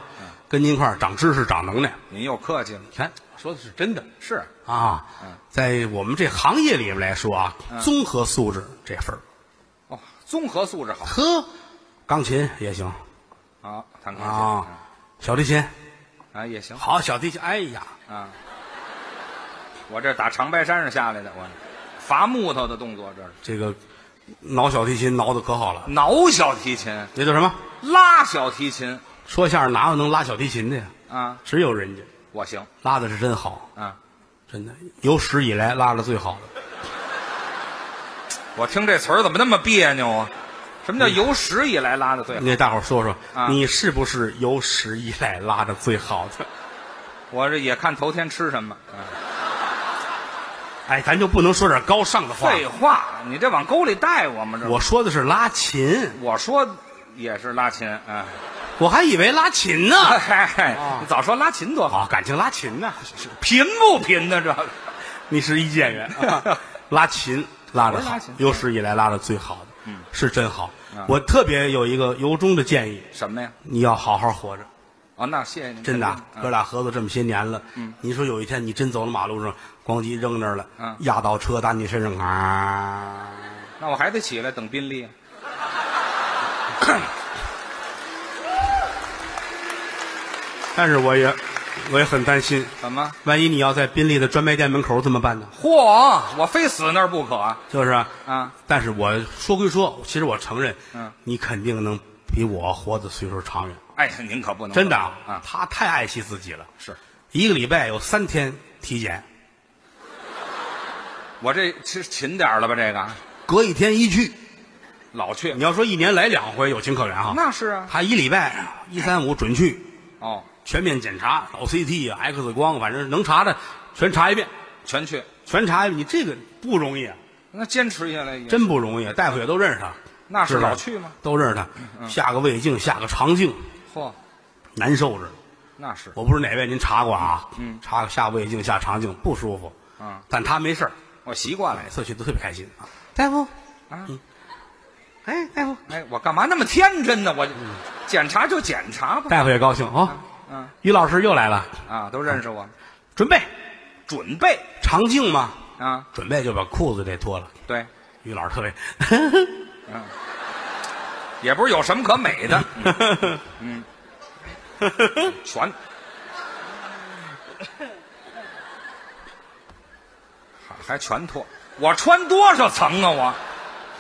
Speaker 1: 跟您一块儿长知识、长能耐。
Speaker 2: 您又客气了，
Speaker 1: 你看，说的是真的
Speaker 2: 是
Speaker 1: 啊，
Speaker 2: 嗯
Speaker 1: 在我们这行业里边来说啊，综合素质这份儿，
Speaker 2: 哦，综合素质好
Speaker 1: 呵，钢琴也行
Speaker 2: 啊，弹钢琴
Speaker 1: 啊，小提琴
Speaker 2: 啊也行
Speaker 1: 好，小提琴，哎呀，
Speaker 2: 啊。我这打长白山上下来的，我这伐木头的动作，这是
Speaker 1: 这个挠小提琴挠的可好了，
Speaker 2: 挠小提琴，
Speaker 1: 那叫什么？
Speaker 2: 拉小提琴
Speaker 1: 说相声哪有能拉小提琴的呀？
Speaker 2: 啊，
Speaker 1: 只有人家
Speaker 2: 我行
Speaker 1: 拉的是真好，
Speaker 2: 啊。
Speaker 1: 真的有史以来拉的最好 的。
Speaker 2: 我听这词儿怎么那么别扭啊？什么叫有史以来拉的最好？
Speaker 1: 你给大伙儿说说，
Speaker 2: 啊
Speaker 1: 你是不是有史以来拉的最好的？
Speaker 2: 我这也看头天吃什么。啊
Speaker 1: 哎，咱就不能说点高尚的话。
Speaker 2: 废话，你这往沟里带我吗？这
Speaker 1: 我说的是拉琴，
Speaker 2: 我说也是拉琴啊。
Speaker 1: 我还以为拉琴呢。
Speaker 2: 嗨、
Speaker 1: 啊
Speaker 2: 你早说拉琴多好，
Speaker 1: 啊，感情拉琴呢？
Speaker 2: 贫不贫呢？这个
Speaker 1: 你是一建员， 啊拉琴拉的
Speaker 2: 我是
Speaker 1: 好
Speaker 2: 拉琴，嗯
Speaker 1: 有史以来拉的最好的，是真好
Speaker 2: 啊。
Speaker 1: 我特别有一个由衷的建议，
Speaker 2: 什么呀？
Speaker 1: 你要好好活着。
Speaker 2: 哦，那谢谢您，
Speaker 1: 真的啊，
Speaker 2: 嗯
Speaker 1: 哥俩合作这么些年了，你说有一天你真走到马路上，咣叽扔那儿了
Speaker 2: 嗯，
Speaker 1: 压到车打你身上啊！
Speaker 2: 那我还得起来等宾利。啊
Speaker 1: 但是我也我也很担心，
Speaker 2: 怎么？
Speaker 1: 万一你要在宾利的专卖店门口怎么办呢？
Speaker 2: 嚯，我非死那儿不可啊！
Speaker 1: 就是啊
Speaker 2: 啊，
Speaker 1: 但是我说归说，其实我承认，
Speaker 2: 嗯，
Speaker 1: 你肯定能比我活的岁数长远，
Speaker 2: 哎，您可不能
Speaker 1: 真的
Speaker 2: 啊！
Speaker 1: 他太爱惜自己了，
Speaker 2: 是
Speaker 1: 一个礼拜有三天体检，
Speaker 2: 我这勤勤点儿了吧？这个
Speaker 1: 隔一天一去。
Speaker 2: 老去
Speaker 1: 你，要说一年来两回，有情可原哈。
Speaker 2: 那是啊。
Speaker 1: 他一礼拜一三五准去，
Speaker 2: 哦，
Speaker 1: 全面检查，老 CT 啊、X 光，反正能查的全查一遍，
Speaker 2: 全去。
Speaker 1: 全查一遍。你这个不容易啊，
Speaker 2: 那坚持下来也
Speaker 1: 真不容易啊！大夫也都认识他，
Speaker 2: 那是
Speaker 1: 知道
Speaker 2: 老去吗？嗯
Speaker 1: 都认识他，下个胃镜，下个肠镜，
Speaker 2: 嚯，
Speaker 1: 难受着呢。
Speaker 2: 那是
Speaker 1: 我不知哪位您查过啊？嗯，查过下胃镜、下肠镜不舒服，
Speaker 2: 嗯，
Speaker 1: 但他没事儿，
Speaker 2: 我习惯了
Speaker 1: 每。次去都特别开心啊。大夫，
Speaker 2: 啊
Speaker 1: 嗯，哎，大夫，
Speaker 2: 哎，我干嘛那么天真呢？我就检查就检查吧。
Speaker 1: 嗯大夫也高兴啊。
Speaker 2: 嗯
Speaker 1: 于老师又来了，
Speaker 2: 啊，都认识我，
Speaker 1: 准备
Speaker 2: 准备
Speaker 1: 肠镜嘛，
Speaker 2: 啊，
Speaker 1: 准备就把裤子这脱了。
Speaker 2: 对，
Speaker 1: 于老师特别，
Speaker 2: 也不是有什么可美 的，嗯
Speaker 1: 嗯
Speaker 2: 全。还还全脱，我穿多少层啊？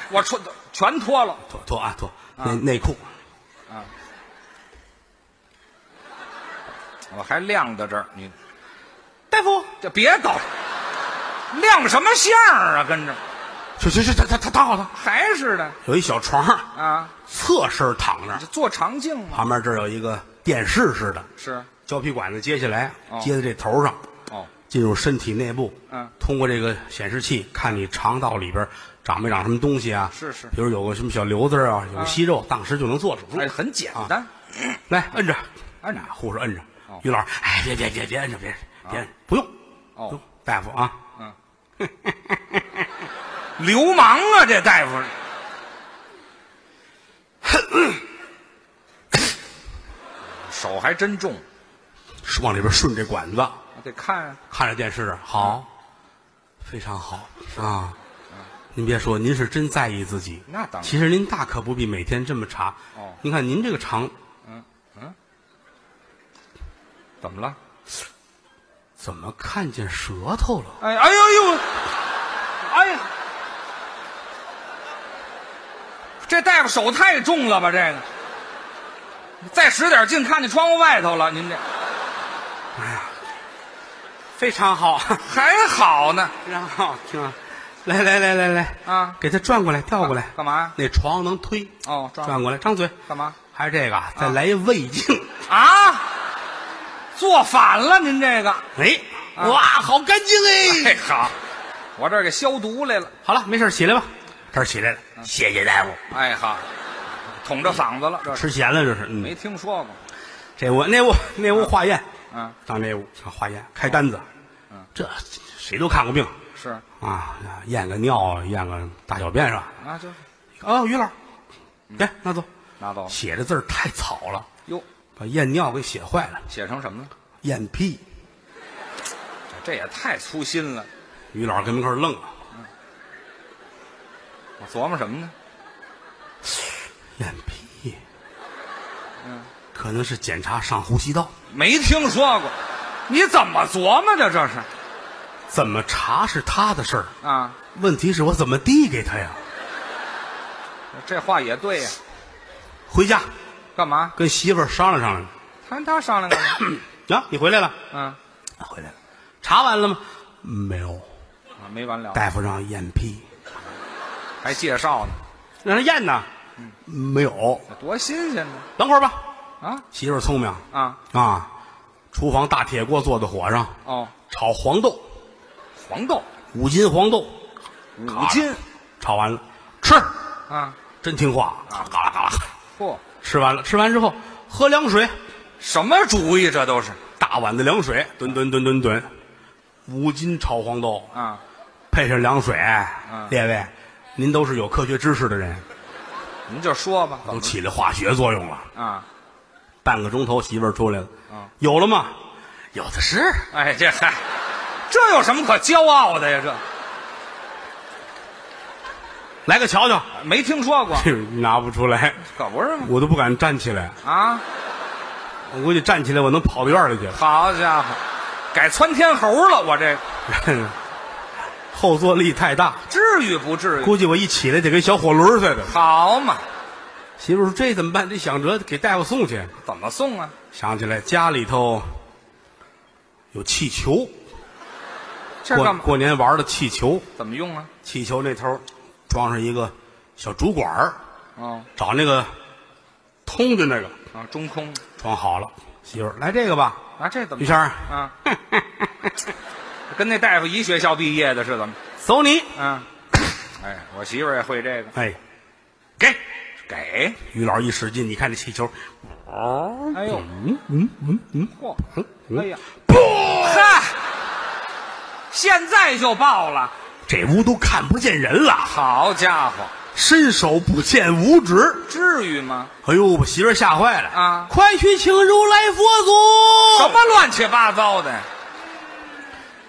Speaker 2: 我，我穿全脱了，
Speaker 1: 脱脱啊脱内内裤，
Speaker 2: 我还晾到这儿，你
Speaker 1: 大夫，
Speaker 2: 这别搞，亮什么相儿啊？跟着
Speaker 1: 去去去，他他他躺好了，
Speaker 2: 还是的
Speaker 1: 有一小床，
Speaker 2: 啊，
Speaker 1: 侧身躺着
Speaker 2: 这，做肠镜嘛，
Speaker 1: 旁边这儿有一个电视似的
Speaker 2: 是
Speaker 1: 胶皮管子接下来
Speaker 2: 哦，
Speaker 1: 接在这头上，
Speaker 2: 哦，
Speaker 1: 进入身体内部，
Speaker 2: 嗯，
Speaker 1: 通过这个显示器看你肠道里边长没长什么东西啊？
Speaker 2: 是是
Speaker 1: 比如有个什么小瘤子啊，有个息肉，当时就能做手术
Speaker 2: 哎，。很简单，
Speaker 1: 来，摁着，
Speaker 2: 按着
Speaker 1: 护士摁着
Speaker 2: 哦。嗯
Speaker 1: 于老师，哎，别别别别摁着，别别，不用，不
Speaker 2: 哦
Speaker 1: 用，，大夫啊，
Speaker 2: 流氓啊，这大夫。 手还真重，
Speaker 1: 是往里边顺这管子，
Speaker 2: 我得看啊
Speaker 1: 看着电视，
Speaker 2: 嗯
Speaker 1: 好，非常好啊。您别说，您是真在意自己。
Speaker 2: 那当然
Speaker 1: 其实您大可不必每天这么查。
Speaker 2: 哦
Speaker 1: 您看您这个肠
Speaker 2: 怎么了？
Speaker 1: 怎么看见舌头了？
Speaker 2: 哎哎呦呦，哎呀，这大夫手太重了吧？这个，再使点劲，看见窗户外头了。您这
Speaker 1: 非常好，
Speaker 2: 还好呢，
Speaker 1: 非常好，挺好。来来来来来，
Speaker 2: 啊
Speaker 1: 给他转过来，调过来，
Speaker 2: 干嘛呀
Speaker 1: 那床能推，
Speaker 2: 哦，抓
Speaker 1: 转过来，张嘴，
Speaker 2: 干嘛
Speaker 1: 还是这个啊，再来一胃镜，
Speaker 2: 啊？做反了，您这个，
Speaker 1: 哎，
Speaker 2: 啊
Speaker 1: 哇，好干净哎！
Speaker 2: 好，我这儿给消毒来了。
Speaker 1: 好了，没事儿，起来吧，这儿起来了，谢谢大夫，
Speaker 2: 哎好，捅着嗓子了，这是
Speaker 1: 吃咸了这是，嗯，
Speaker 2: 没听说过。
Speaker 1: 这屋那屋那屋化验，
Speaker 2: 嗯，
Speaker 1: 上那屋上化验，开单子，这谁都看过病
Speaker 2: 是
Speaker 1: 啊，验个尿，验个大小便是吧？
Speaker 2: 啊，就
Speaker 1: 哦，于老，来拿走，
Speaker 2: 拿走了。
Speaker 1: 写的字儿太草了，
Speaker 2: 哟，
Speaker 1: 把验尿给写坏了，
Speaker 2: 写成什么了？
Speaker 1: 验屁。
Speaker 2: 这这也太粗心了。
Speaker 1: 于老师跟门口愣了，
Speaker 2: 我琢磨什么呢？
Speaker 1: 验屁，嗯可能是检查上呼吸道，
Speaker 2: 没听说过，你怎么琢磨的？这是
Speaker 1: 怎么查是他的事儿，
Speaker 2: 啊，
Speaker 1: 问题是我怎么递给他呀？
Speaker 2: 这话也对呀、
Speaker 1: 回家
Speaker 2: 干嘛？
Speaker 1: 跟媳妇儿商量商量。
Speaker 2: 他跟他商量干嘛？
Speaker 1: 啊，你回来了，
Speaker 2: 嗯
Speaker 1: 啊回来了，查完了吗？没有，
Speaker 2: 啊，没完了，
Speaker 1: 大夫让验屁，
Speaker 2: 还介绍呢，
Speaker 1: 让他验呢，没有。
Speaker 2: 这多新鲜呢！
Speaker 1: 等会儿吧，
Speaker 2: 啊
Speaker 1: 媳妇儿聪明
Speaker 2: 啊
Speaker 1: 啊，厨房大铁锅做的火上
Speaker 2: 哦，
Speaker 1: 炒黄豆，
Speaker 2: 黄豆
Speaker 1: 五斤黄豆，
Speaker 2: 五斤
Speaker 1: 炒完了吃，
Speaker 2: 啊，
Speaker 1: 真听话，啊嘎啦嘎啦嘎啦，
Speaker 2: 嚯，
Speaker 1: 吃完了，吃完之后喝凉水，
Speaker 2: 什么主意？这都是
Speaker 1: 大碗的凉水，吨吨吨吨吨，五斤炒黄豆，
Speaker 2: 啊，
Speaker 1: 配上凉水，列位，您都是有科学知识的人，
Speaker 2: 您就说吧，
Speaker 1: 都起了化学作用了。
Speaker 2: 啊，
Speaker 1: 半个钟头，媳妇儿出来了
Speaker 2: 嗯，
Speaker 1: 有了吗？有的是，
Speaker 2: 哎，这嗨，这有什么可骄傲的呀？这
Speaker 1: 来个瞧瞧，
Speaker 2: 没听说过，
Speaker 1: 拿不出来，
Speaker 2: 可不是吗？
Speaker 1: 我都不敢站起来，
Speaker 2: 啊，
Speaker 1: 我估计站起来我能跑到院里去。
Speaker 2: 好家伙，改窜天猴了，我这
Speaker 1: 后坐力太大，
Speaker 2: 至于不至于？
Speaker 1: 估计我一起来得跟小火轮似的。
Speaker 2: 好嘛，
Speaker 1: 媳妇儿说：“这怎么办？得想着给大夫送去。
Speaker 2: 怎么送啊？”
Speaker 1: 想起来家里头有气球，
Speaker 2: 这
Speaker 1: 过
Speaker 2: 干嘛？
Speaker 1: 过年玩的气球，
Speaker 2: 怎么用啊？
Speaker 1: 气球那头装上一个小主管儿，
Speaker 2: 哦，
Speaker 1: 找那个通的那个
Speaker 2: 啊，中空，
Speaker 1: 装好了。媳妇儿来这个吧，
Speaker 2: 啊，这怎么
Speaker 1: 于？谦儿，
Speaker 2: 啊，跟那大夫一学校毕业的是怎么？
Speaker 1: 走你。
Speaker 2: 啊，哎，我媳妇儿也会这个，
Speaker 1: 哎，给
Speaker 2: 给，
Speaker 1: 于老一使劲，你看这气球，
Speaker 2: 哎呦，嗯嗯嗯，嚯，哎呀，
Speaker 1: 不，
Speaker 2: 嗨，现在就爆了，
Speaker 1: 这屋都看不见人了，
Speaker 2: 好家伙，
Speaker 1: 伸手不见五指。
Speaker 2: 至于吗？
Speaker 1: 哎呦，把媳妇儿吓坏了
Speaker 2: 啊
Speaker 1: 快去请如来佛祖！
Speaker 2: 什么乱七八糟的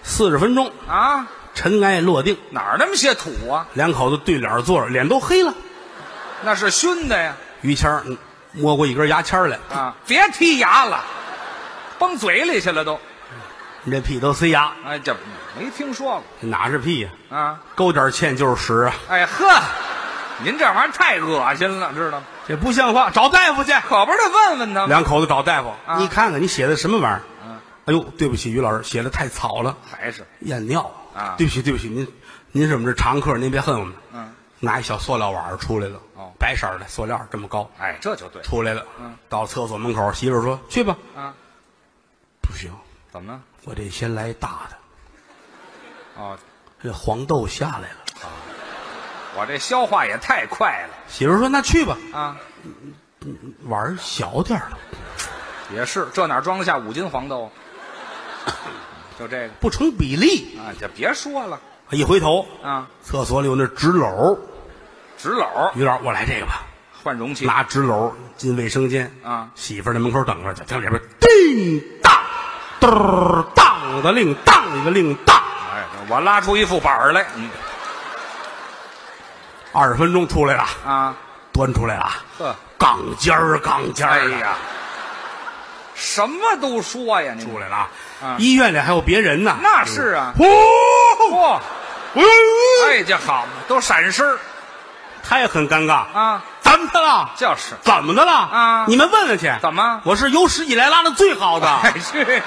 Speaker 1: 四十分钟，
Speaker 2: 啊？
Speaker 1: 尘埃落定，
Speaker 2: 哪儿那么些土啊？
Speaker 1: 两口子对脸坐着，脸都黑了。
Speaker 2: 那是熏的呀！
Speaker 1: 于谦儿嗯摸过一根牙签儿来，
Speaker 2: 啊，别剔牙了，崩嘴里去了都。
Speaker 1: 你这屁都塞牙，
Speaker 2: 哎，这没听说
Speaker 1: 哪是屁呀、
Speaker 2: 过啊！
Speaker 1: 勾点儿芡就是屎啊！
Speaker 2: 哎呵，您这玩意儿太恶心了，知道吗？
Speaker 1: 这不像话，找大夫去。
Speaker 2: 可不是得问问他吗？
Speaker 1: 两口子找大夫，
Speaker 2: 啊
Speaker 1: 你看看你写的什么玩意儿？
Speaker 2: 嗯
Speaker 1: 哎呦，对不起，于老师写的太草了，
Speaker 2: 还是
Speaker 1: 验尿
Speaker 2: 啊
Speaker 1: 对不起，对不起，您您是我们这常客，您别恨我们。
Speaker 2: 嗯，
Speaker 1: 拿一小塑料碗儿出来了，
Speaker 2: 哦
Speaker 1: 白色儿的塑料儿这么高，
Speaker 2: 哎，这就对
Speaker 1: 出来了。
Speaker 2: 嗯，
Speaker 1: 到厕所门口，媳妇儿说：“去吧。
Speaker 2: 啊。”
Speaker 1: 不行，
Speaker 2: 怎么了？
Speaker 1: 我得先来大的。
Speaker 2: 哦，
Speaker 1: 这黄豆下来了，
Speaker 2: 我这消化也太快了
Speaker 1: 媳妇儿说：“那去吧，
Speaker 2: 啊！
Speaker 1: 碗儿小点儿的，
Speaker 2: 也是，这哪装得下五斤黄豆啊？就这个
Speaker 1: 不成比例。
Speaker 2: 啊，就别说了”
Speaker 1: 一回头，
Speaker 2: 啊！
Speaker 1: 厕所里有那纸篓，
Speaker 2: 纸篓
Speaker 1: 于老师，我来这个吧。
Speaker 2: 换容器
Speaker 1: 拿纸篓进卫生间
Speaker 2: 啊
Speaker 1: 媳妇儿在门口等着，就听里边叮当，嘚儿当的令当一个令当，
Speaker 2: 哎，我拉出一副板儿来，嗯
Speaker 1: 二十分钟出来了，
Speaker 2: 啊，
Speaker 1: 端出来了，
Speaker 2: 呵，
Speaker 1: 杠尖儿杠尖
Speaker 2: 哎
Speaker 1: 儿啊的
Speaker 2: 呀，什么都说呀，
Speaker 1: 出
Speaker 2: 你
Speaker 1: 来了啊
Speaker 2: 啊
Speaker 1: 医院里还有别人呢，
Speaker 2: 那是啊
Speaker 1: 呼，
Speaker 2: 嚯，
Speaker 1: 哎呦
Speaker 2: 哎，这好嘛，都闪身儿
Speaker 1: 他也很尴尬，
Speaker 2: 啊，
Speaker 1: 怎么的了？
Speaker 2: 就是，
Speaker 1: 怎么的了？
Speaker 2: 啊
Speaker 1: 你们问问去，
Speaker 2: 怎么
Speaker 1: 我是有史以来拉的最好的，
Speaker 2: 哎去，